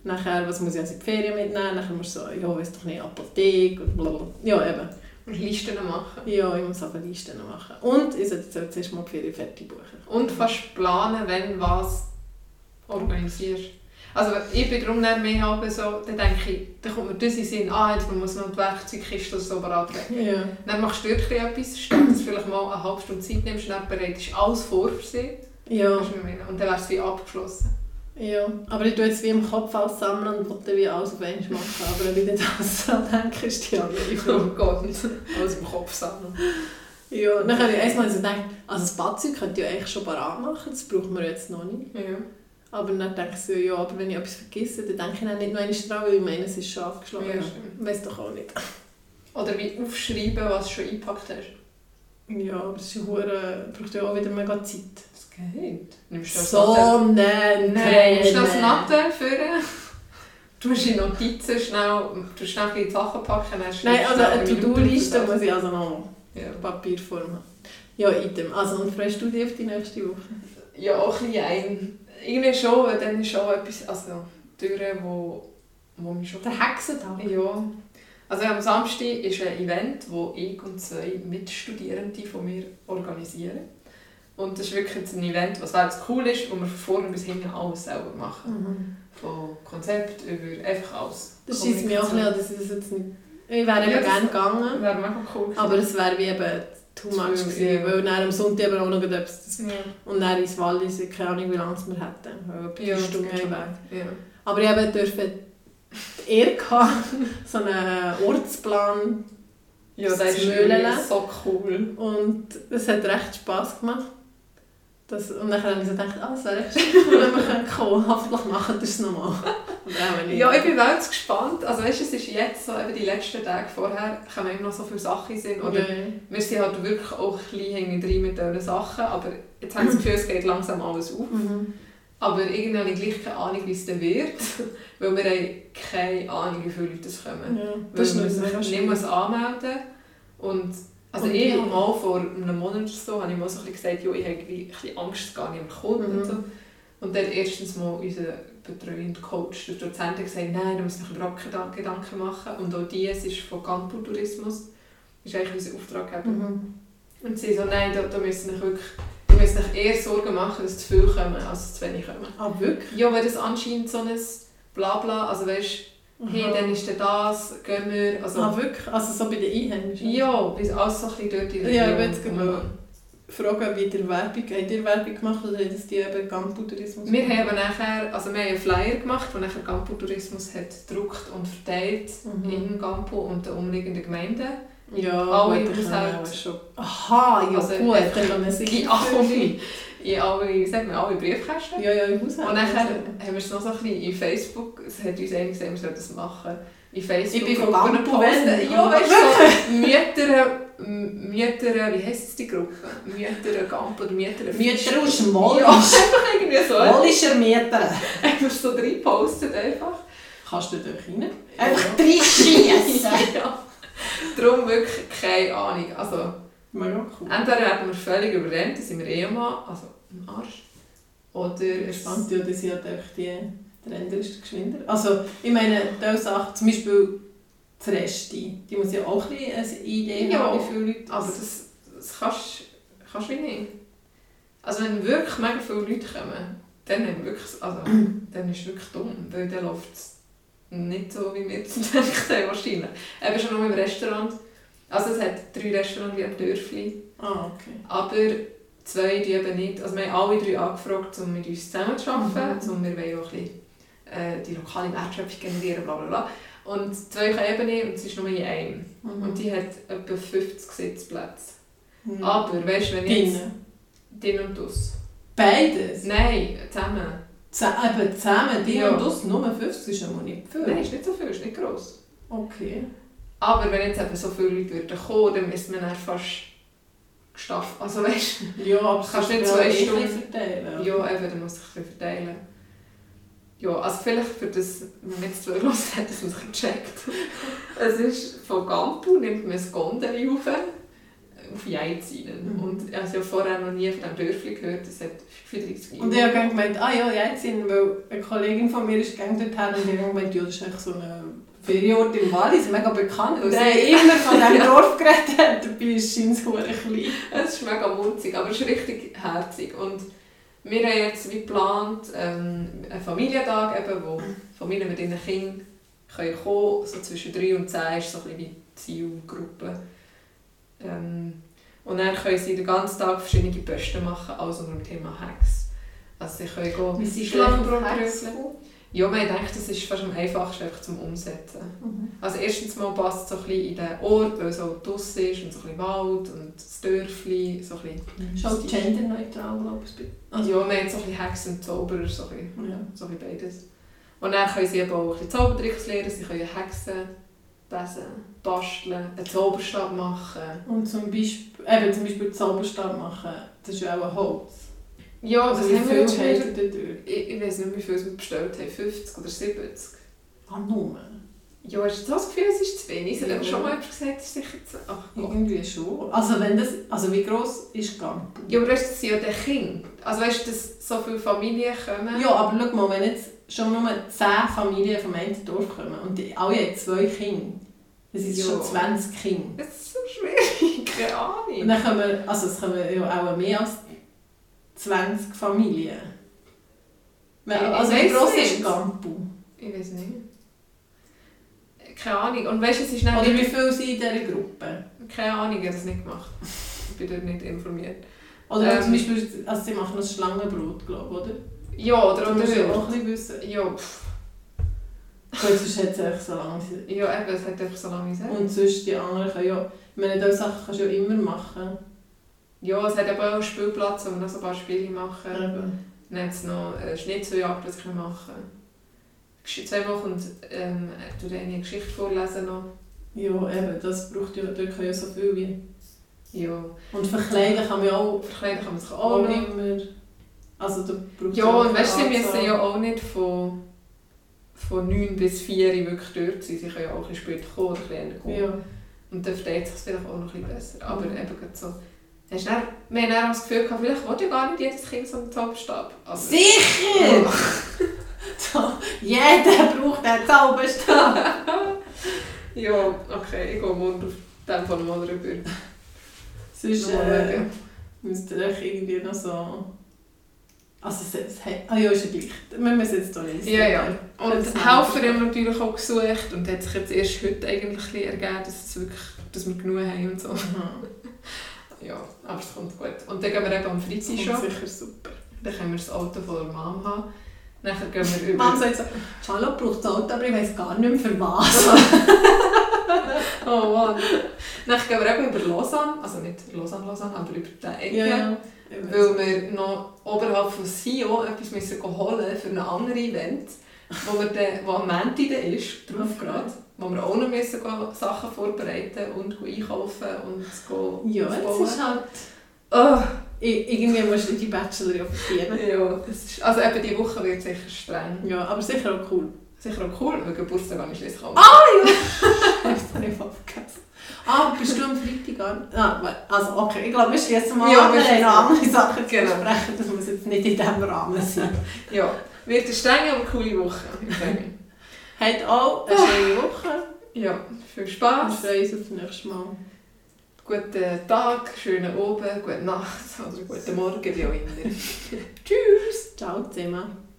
Nachher, was muss ich also in die Ferien mitnehmen? Nachher musst du so, ja, weiss doch nicht, Apotheke und blablabla. Ja, eben.
Und Listen machen.
Ja, ich muss aber Listen noch machen. Und ich sollte jetzt zuerst mal die Ferien fertig buchen.
Und fast planen, wenn was organisierst. Also ich bin darum dann mehr aber so, dann denke ich, dann kommt mir das in den Sinn, ah, jetzt muss man noch die Werkzeugkiste oder so bereithalten.
Ja.
Dann machst du dort etwas, statt dass du vielleicht mal eine halbe Stunde Zeit nimmst und dann bereitest du alles vor für sie.
Ja,
Weisst du, was ich meine? Und dann wärst du wie abgeschlossen.
ja. Aber ich tue jetzt wie im Kopf alles sammeln und will dann wie alles auf einmal machen. Aber wenn ich dann das so denke, ist die andere
Oh
Frage.
Gott, alles im Kopf sammeln.
Ja, dann habe ich erstmal so gedacht, also das Badzeug könnte ich ja eigentlich schon parat machen, das braucht man jetzt noch nicht.
Ja.
Aber dann denke ich so, ja, aber wenn ich etwas vergesse, dann denke ich dann nicht noch einmal dran, weil ich meine, es ist schon abgeschlagen.
Ja,
Ja.
stimmt.
Weiss doch auch nicht.
Oder wie aufschreiben, was du schon eingepackt hast.
Ja, aber es ist ja hure- braucht ja auch wieder mega Zeit.
Das geht. Nimmst du das Nattel?
So, nein,
Nein, nimmst du das
nein.
Nattel führen? Du hast die Notizen schnell, du schnell ein bisschen die Sachen packen, dann schreibst
Nein, also
du
eine
Minuten
To-Do-Liste
auf
muss ich also noch
das. Ja.
in Papierform haben. Ja, Item. Also, und freust du dich auf die nächste Woche?
ja, auch ein bisschen ein. Irgendwie schon, weil dann ist schon etwas, also Türen, wo, wo mich schon...
Der Hexentag?
Ja. Also am Samstag ist ein Event, wo ich und zwei Mitstudierende von mir organisieren. Und das ist wirklich jetzt ein Event, was alles cool ist, wo wir von vorne bis hinten alles selber machen.
Mhm.
Von Konzept über einfach alles.
Das scheisst mir auch ein bisschen an, dass ich das jetzt nicht... Ich wäre eben
Ja, das-
gerne gegangen,
Wäre mega cool. gewesen.
aber es wäre wie eben too much
Zu viel,
gewesen,
ja.
weil dann am Sonntag aber auch noch etwas...
Ja.
Und dann ins Wallis, ich keine Ahnung, wie lange es wir hätten, weil etwa
Ja,
eine Stunde
das geht
Heimweg.
Ja.
Aber ich eben durfte die Ehre gehabt, so einen Ortsplan.
Ja, das,
Das
ist
Mühlele.
so cool.
Und es hat recht Spass gemacht. Das, und dann habe ich so gedacht, ah, es wäre echt schön, wenn wir können kommen Hoffentlich machen wir es nochmal. Und auch wenn
Ja, ich bin ganz gespannt. Also weißt, du, es ist jetzt so, eben die letzten Tage vorher kommen immer noch so viele Sachen in den Sinn. Oder
Ja, ja.
wir sind halt wirklich auch ein bisschen hinten drin mit diesen Sachen, aber jetzt haben wir das Gefühl, es geht langsam alles auf.
Mhm.
Aber irgendwie habe ich gleich keine Ahnung, wie es dann wird, weil wir haben keine Ahnung, wie viele Leute es kommen.
ja. Das ist
weil
noch
wir
mega
sich nicht
schwierig.
muss anmelden und also
Und
ich
ja.
habe mal vor einem Monat oder so habe ich mal so ein bisschen gesagt, jo, ich habe wie ein bisschen Angst, es gar nicht mehr kommt
Mhm.
und so. Und dann erstens mal unser betreuender Coach, der Dozent, hat gesagt, nein, da muss ich überhaupt keine Gedanken machen. Und auch die, es ist von Campo Tourismus, ist eigentlich unser Auftraggeber.
Mhm.
Und sie so, nein, da, da müssen wir wirklich da müssen wir eher Sorgen machen, dass zu viel kommen, als zu wenig kommen.
Ah, wirklich?
Ja, weil das anscheinend so ein Blabla, also weißt hey,
Aha.
dann ist dann das, gehen wir, also...
ah, wirklich? Also so bei den Einheimischen?
Ja, bis alles so ein bisschen dort in
Ja,
Region Mhm.
ich weiß genau.
kommen.
Fragen, wie ihr Werbung, habt ihr Werbung gemacht oder haben es die eben Gampu-Tourismus
Wir haben aber nachher, also wir haben einen Flyer gemacht, den nachher Campo Tourismus hat gedruckt und verteilt
Mhm.
in Campo und den umliegenden Gemeinden.
Ja,
Alle
gut,
im
dann können wir
Haushalt.
auch schon. halt äh, Aha, ja
Also,
gut,
einfach
dann können wir
In
sicher
alle, in alle, sagen wir, alle Briefkästen.
Ja, ja, im Haushalt.
Und nachher haben wir es noch so ein bisschen in Facebook, es hat uns einer gesagt, wir sollten das machen. In Facebook.
Ich bin von
Gruppen
Bambu,
posten.
wenn-
Ja, weißt du, so Mütter, M- Mütter, wie heisst die Gruppe? Mütter Gamp oder Mütter
Mütter aus dem
Ja,
Wallis.
einfach irgendwie so.
Wallischer Mieter.
Einfach so reinpostet einfach.
Kannst du dich rein?
Einfach
drei
ja. Darum wirklich keine Ahnung. Also,
Mega cool.
entweder werden wir völlig überrennt, dann sind wir eh mal, also im Arsch. Oder es
Spannend, ja, das sind halt einfach die Trender ist geschwinder. Also, ich meine, diese Sachen, zum Beispiel die Reste, die muss ja auch ein bisschen eine Idee
Ja.
haben, wie viele Leute
Aber das, das kannst kannst du wie nicht. Also wenn wirklich mega viele Leute kommen, dann, haben wir wirklich, also, dann ist es wirklich dumm, weil dann läuft es nicht so, wie wir es gedacht haben wahrscheinlich. Eben schon nur im Restaurant. Also es hat drei Restaurants wie ein Dörfli,
Ah, okay.
aber zwei die eben nicht. Also wir haben alle drei angefragt, um mit uns zusammen zu arbeiten, um wir wollen auch ein bisschen äh, die lokale Wertschöpfung generieren, bla bla bla. Und zwei können eben nicht und es ist nur in einem. Und die hat etwa 50 Sitzplätze.
Mhm.
Aber weißt du, wenn ich jetzt
Drinnen.
Din und Dus.
Beides?
Nein, zusammen.
Zä- Eben zusammen, die
Ja.
und das, nur 50 ist ja mal nicht viel.
Nein, ist nicht so viel, ist nicht gross.
Okay.
Aber wenn jetzt eben so viele Leute würden kommen, dann müsste man dann fast gestaffelt. Also weißt du,
Ja, aber es
Kannst
ist
nicht
ja
zwei
eh ein
Stunden-
bisschen verteilen.
ja, eben, dann muss ich ein bisschen verteilen. Ja, also vielleicht für das, wenn man jetzt zwei los hat, dass man es checkt. Es ist von Gampu, nimmt man ein Gondel rauf, auf Jeiz rein.
Mhm.
Und ich habe ja vorher noch nie von diesem Dörfli gehört, es hat 35
Und ich habe dann gemeint, ah ja, jetzt sind, weil eine Kollegin von mir ist gegangen dorthin und die hat gemeint, ja, das ist echt so ein Ferienort im Wallis, mega bekannt, weil
Nein.
sie immer von diesem Dorf geredet hat, dabei ist scheint es verdammt klein.
Es ist mega munzig, aber es ist richtig herzig. Und wir haben jetzt wie geplant ähm, einen Familientag, eben, wo Familien mit ihren Kindern können kommen so zwischen 3 und 10 ist so ein bisschen wie die Zielgruppe. Ähm, und dann können sie den ganzen Tag verschiedene Posten machen, alles unter dem Thema Hex. Also sie können gehen,
Wir sind
Schlangenbrot
gleich auf Hex
drücken. Ja, man denkt, das ist fast am einfachsten einfach zum Umsetzen.
Mhm.
Also erstens mal passt es so ein bisschen in den Ort, weil es so draussen ist und so ein bisschen Wald und das Dörfli, so ein bisschen
Ist auch genderneutral, glaube ich.
also ja, wir haben so ein bisschen Hexen und Zauberer, so ein bisschen,
Ja.
so ein bisschen beides. Und dann können sie eben auch ein bisschen Zaubertricks lernen, sie können Hexen lesen, basteln, einen Zauberstab machen.
Und zum Beispiel, eben zum Beispiel Zauberstab machen, das ist ja auch ein Holz.
Ja,
Also
was
wie
haben wir
viel
jetzt schon wieder?
haben die dadurch?
Ich, ich weiß nicht, wie viel wir bestellt haben, 50 oder 70.
Ah, nur.
Ja, hast du so das Gefühl, es ist zu wenig? Sie hat
Ja.
aber schon mal jemand gesagt, es ist sicher zu... Ach Gott.
Irgendwie schon. Also wenn das, also wie gross ist Gampu?
Ja, aber weißt du, das sind ja die Kinder. Also weißt du, dass so viele Familien kommen.
Ja, aber schau mal, wenn jetzt schon nur 10 Familien vom einen Dorf kommen und die alle haben zwei Kinder, das sind
Ja.
schon 20 Kinder.
Das ist so schwierig, keine
Und
Ahnung.
dann kommen, also es kommen ja auch mehr als 20 Familien. Weil-
Ich- ich
Also wie
weiss
gross ist
nicht.
Gampu?
Ich weiß nicht. Keine Ahnung. Und weißt du, es ist dann
Oder
nicht
wie viele sind in dieser Gruppe?
Keine Ahnung, ich habe das nicht gemacht. Ich bin dort nicht informiert.
Oder
Ähm.
zum Beispiel, also sie machen das Schlangenbrot, glaube ich, oder?
Ja, oder,
Du musst ja
oder
auch ein bisschen wissen.
ja, pff,
Gut, sonst hat es einfach so lange Zeit.
ja, eben, es hat einfach so lange gesagt.
Und sonst die anderen können ja... Ich meine, diese Sachen kannst du ja immer machen.
Ja, es hat eben auch einen Spielplatz, wo wir noch so ein paar Spiele machen.
Eben.
Dann hat es noch äh, Schnitzeljagd, das können wir machen. Gesch- Zwei Wochen und ähm, du dir eine Geschichte vorlesen noch.
Ja, eben, das braucht ja... Dort können ja so viel wie...
Ja,
Und verkleiden kann man ja auch,
verkleiden kann man sich auch
auch
noch.
immer... Also du brauchst
Ja, und weißt du, sie
keine
müssen
Anzahl.
ja auch nicht von, von 9 bis 4 Uhr wirklich dort sein. Sie können ja auch ein bisschen später kommen oder ein bisschen eher kommen.
Ja,
Und dann versteht sich vielleicht auch noch ein bisschen besser. Aber
Mhm.
eben gerade so. Hast du dann, wir haben dann auch das Gefühl gehabt, vielleicht will ja gar nicht jedes Kind so einen Zauberstab. Also,
Sicher! So, Jeder braucht einen Zauberstab.
ja, okay, ich gehe morgen auf den von mal rüber.
Sonst
Nochmal
äh,
schauen.
müsst ihr euch irgendwie noch so... Also es, es, ah ja, ist ja gleich. Wir müssen jetzt hier nicht...
Ja, ja. Und
Das
die Helfer haben wir natürlich auch gesucht und hat sich jetzt erst heute eigentlich ein bisschen ergeben, dass, es wirklich, dass wir genug haben und so.
Mhm.
Ja, aber es kommt gut. Und dann gehen wir eben am Freitag
Sie
schon.
sicher super.
Dann können wir das Auto von der Mom haben. Nachher gehen wir über...
Mama sagt so, Charlotte braucht das Auto, aber ich weiss gar nicht mehr für was.
Oh Mann. Nachher gehen wir eben über Lausanne, also nicht Lausanne, Lausanne, aber über die Ecke. Weil wir noch oberhalb von Sio etwas müssen gehen holen für ein anderes Event, wo, wir dann, wo am Montag dann ist, drauf
Okay.
gerade, wo wir auch noch müssen gehen, Sachen vorbereiten und gehen einkaufen und gehen
Ja, jetzt
aufbauen.
ist halt...
Oh,
I- Irgendwie musst du die Bachelor ja verdienen.
ja, das ist, also eben die Woche wird sicher streng.
Ja, aber sicher auch cool.
Sicher auch cool, weil Geburtstag habe ich schliesslich auch.
Das habe ich voll vergessen. Ah, bist du am Freitag an? Ah, we- also okay, ich glaube, wir schließen mal
Ja,
an. Wir
wir
haben noch andere Sachen zu
Genau.
besprechen, das muss jetzt nicht in diesem Rahmen sein.
Ja, wird eine strenge, aber coole Woche. Ich freue mich.
Habt auch
Ah.
eine schöne Woche.
Ja, viel
Wir
Spass,
freuen uns auf das nächste Mal.
guten Tag, schönen Abend, gute Nacht oder guten Morgen, wie auch immer.
Ciao zusammen.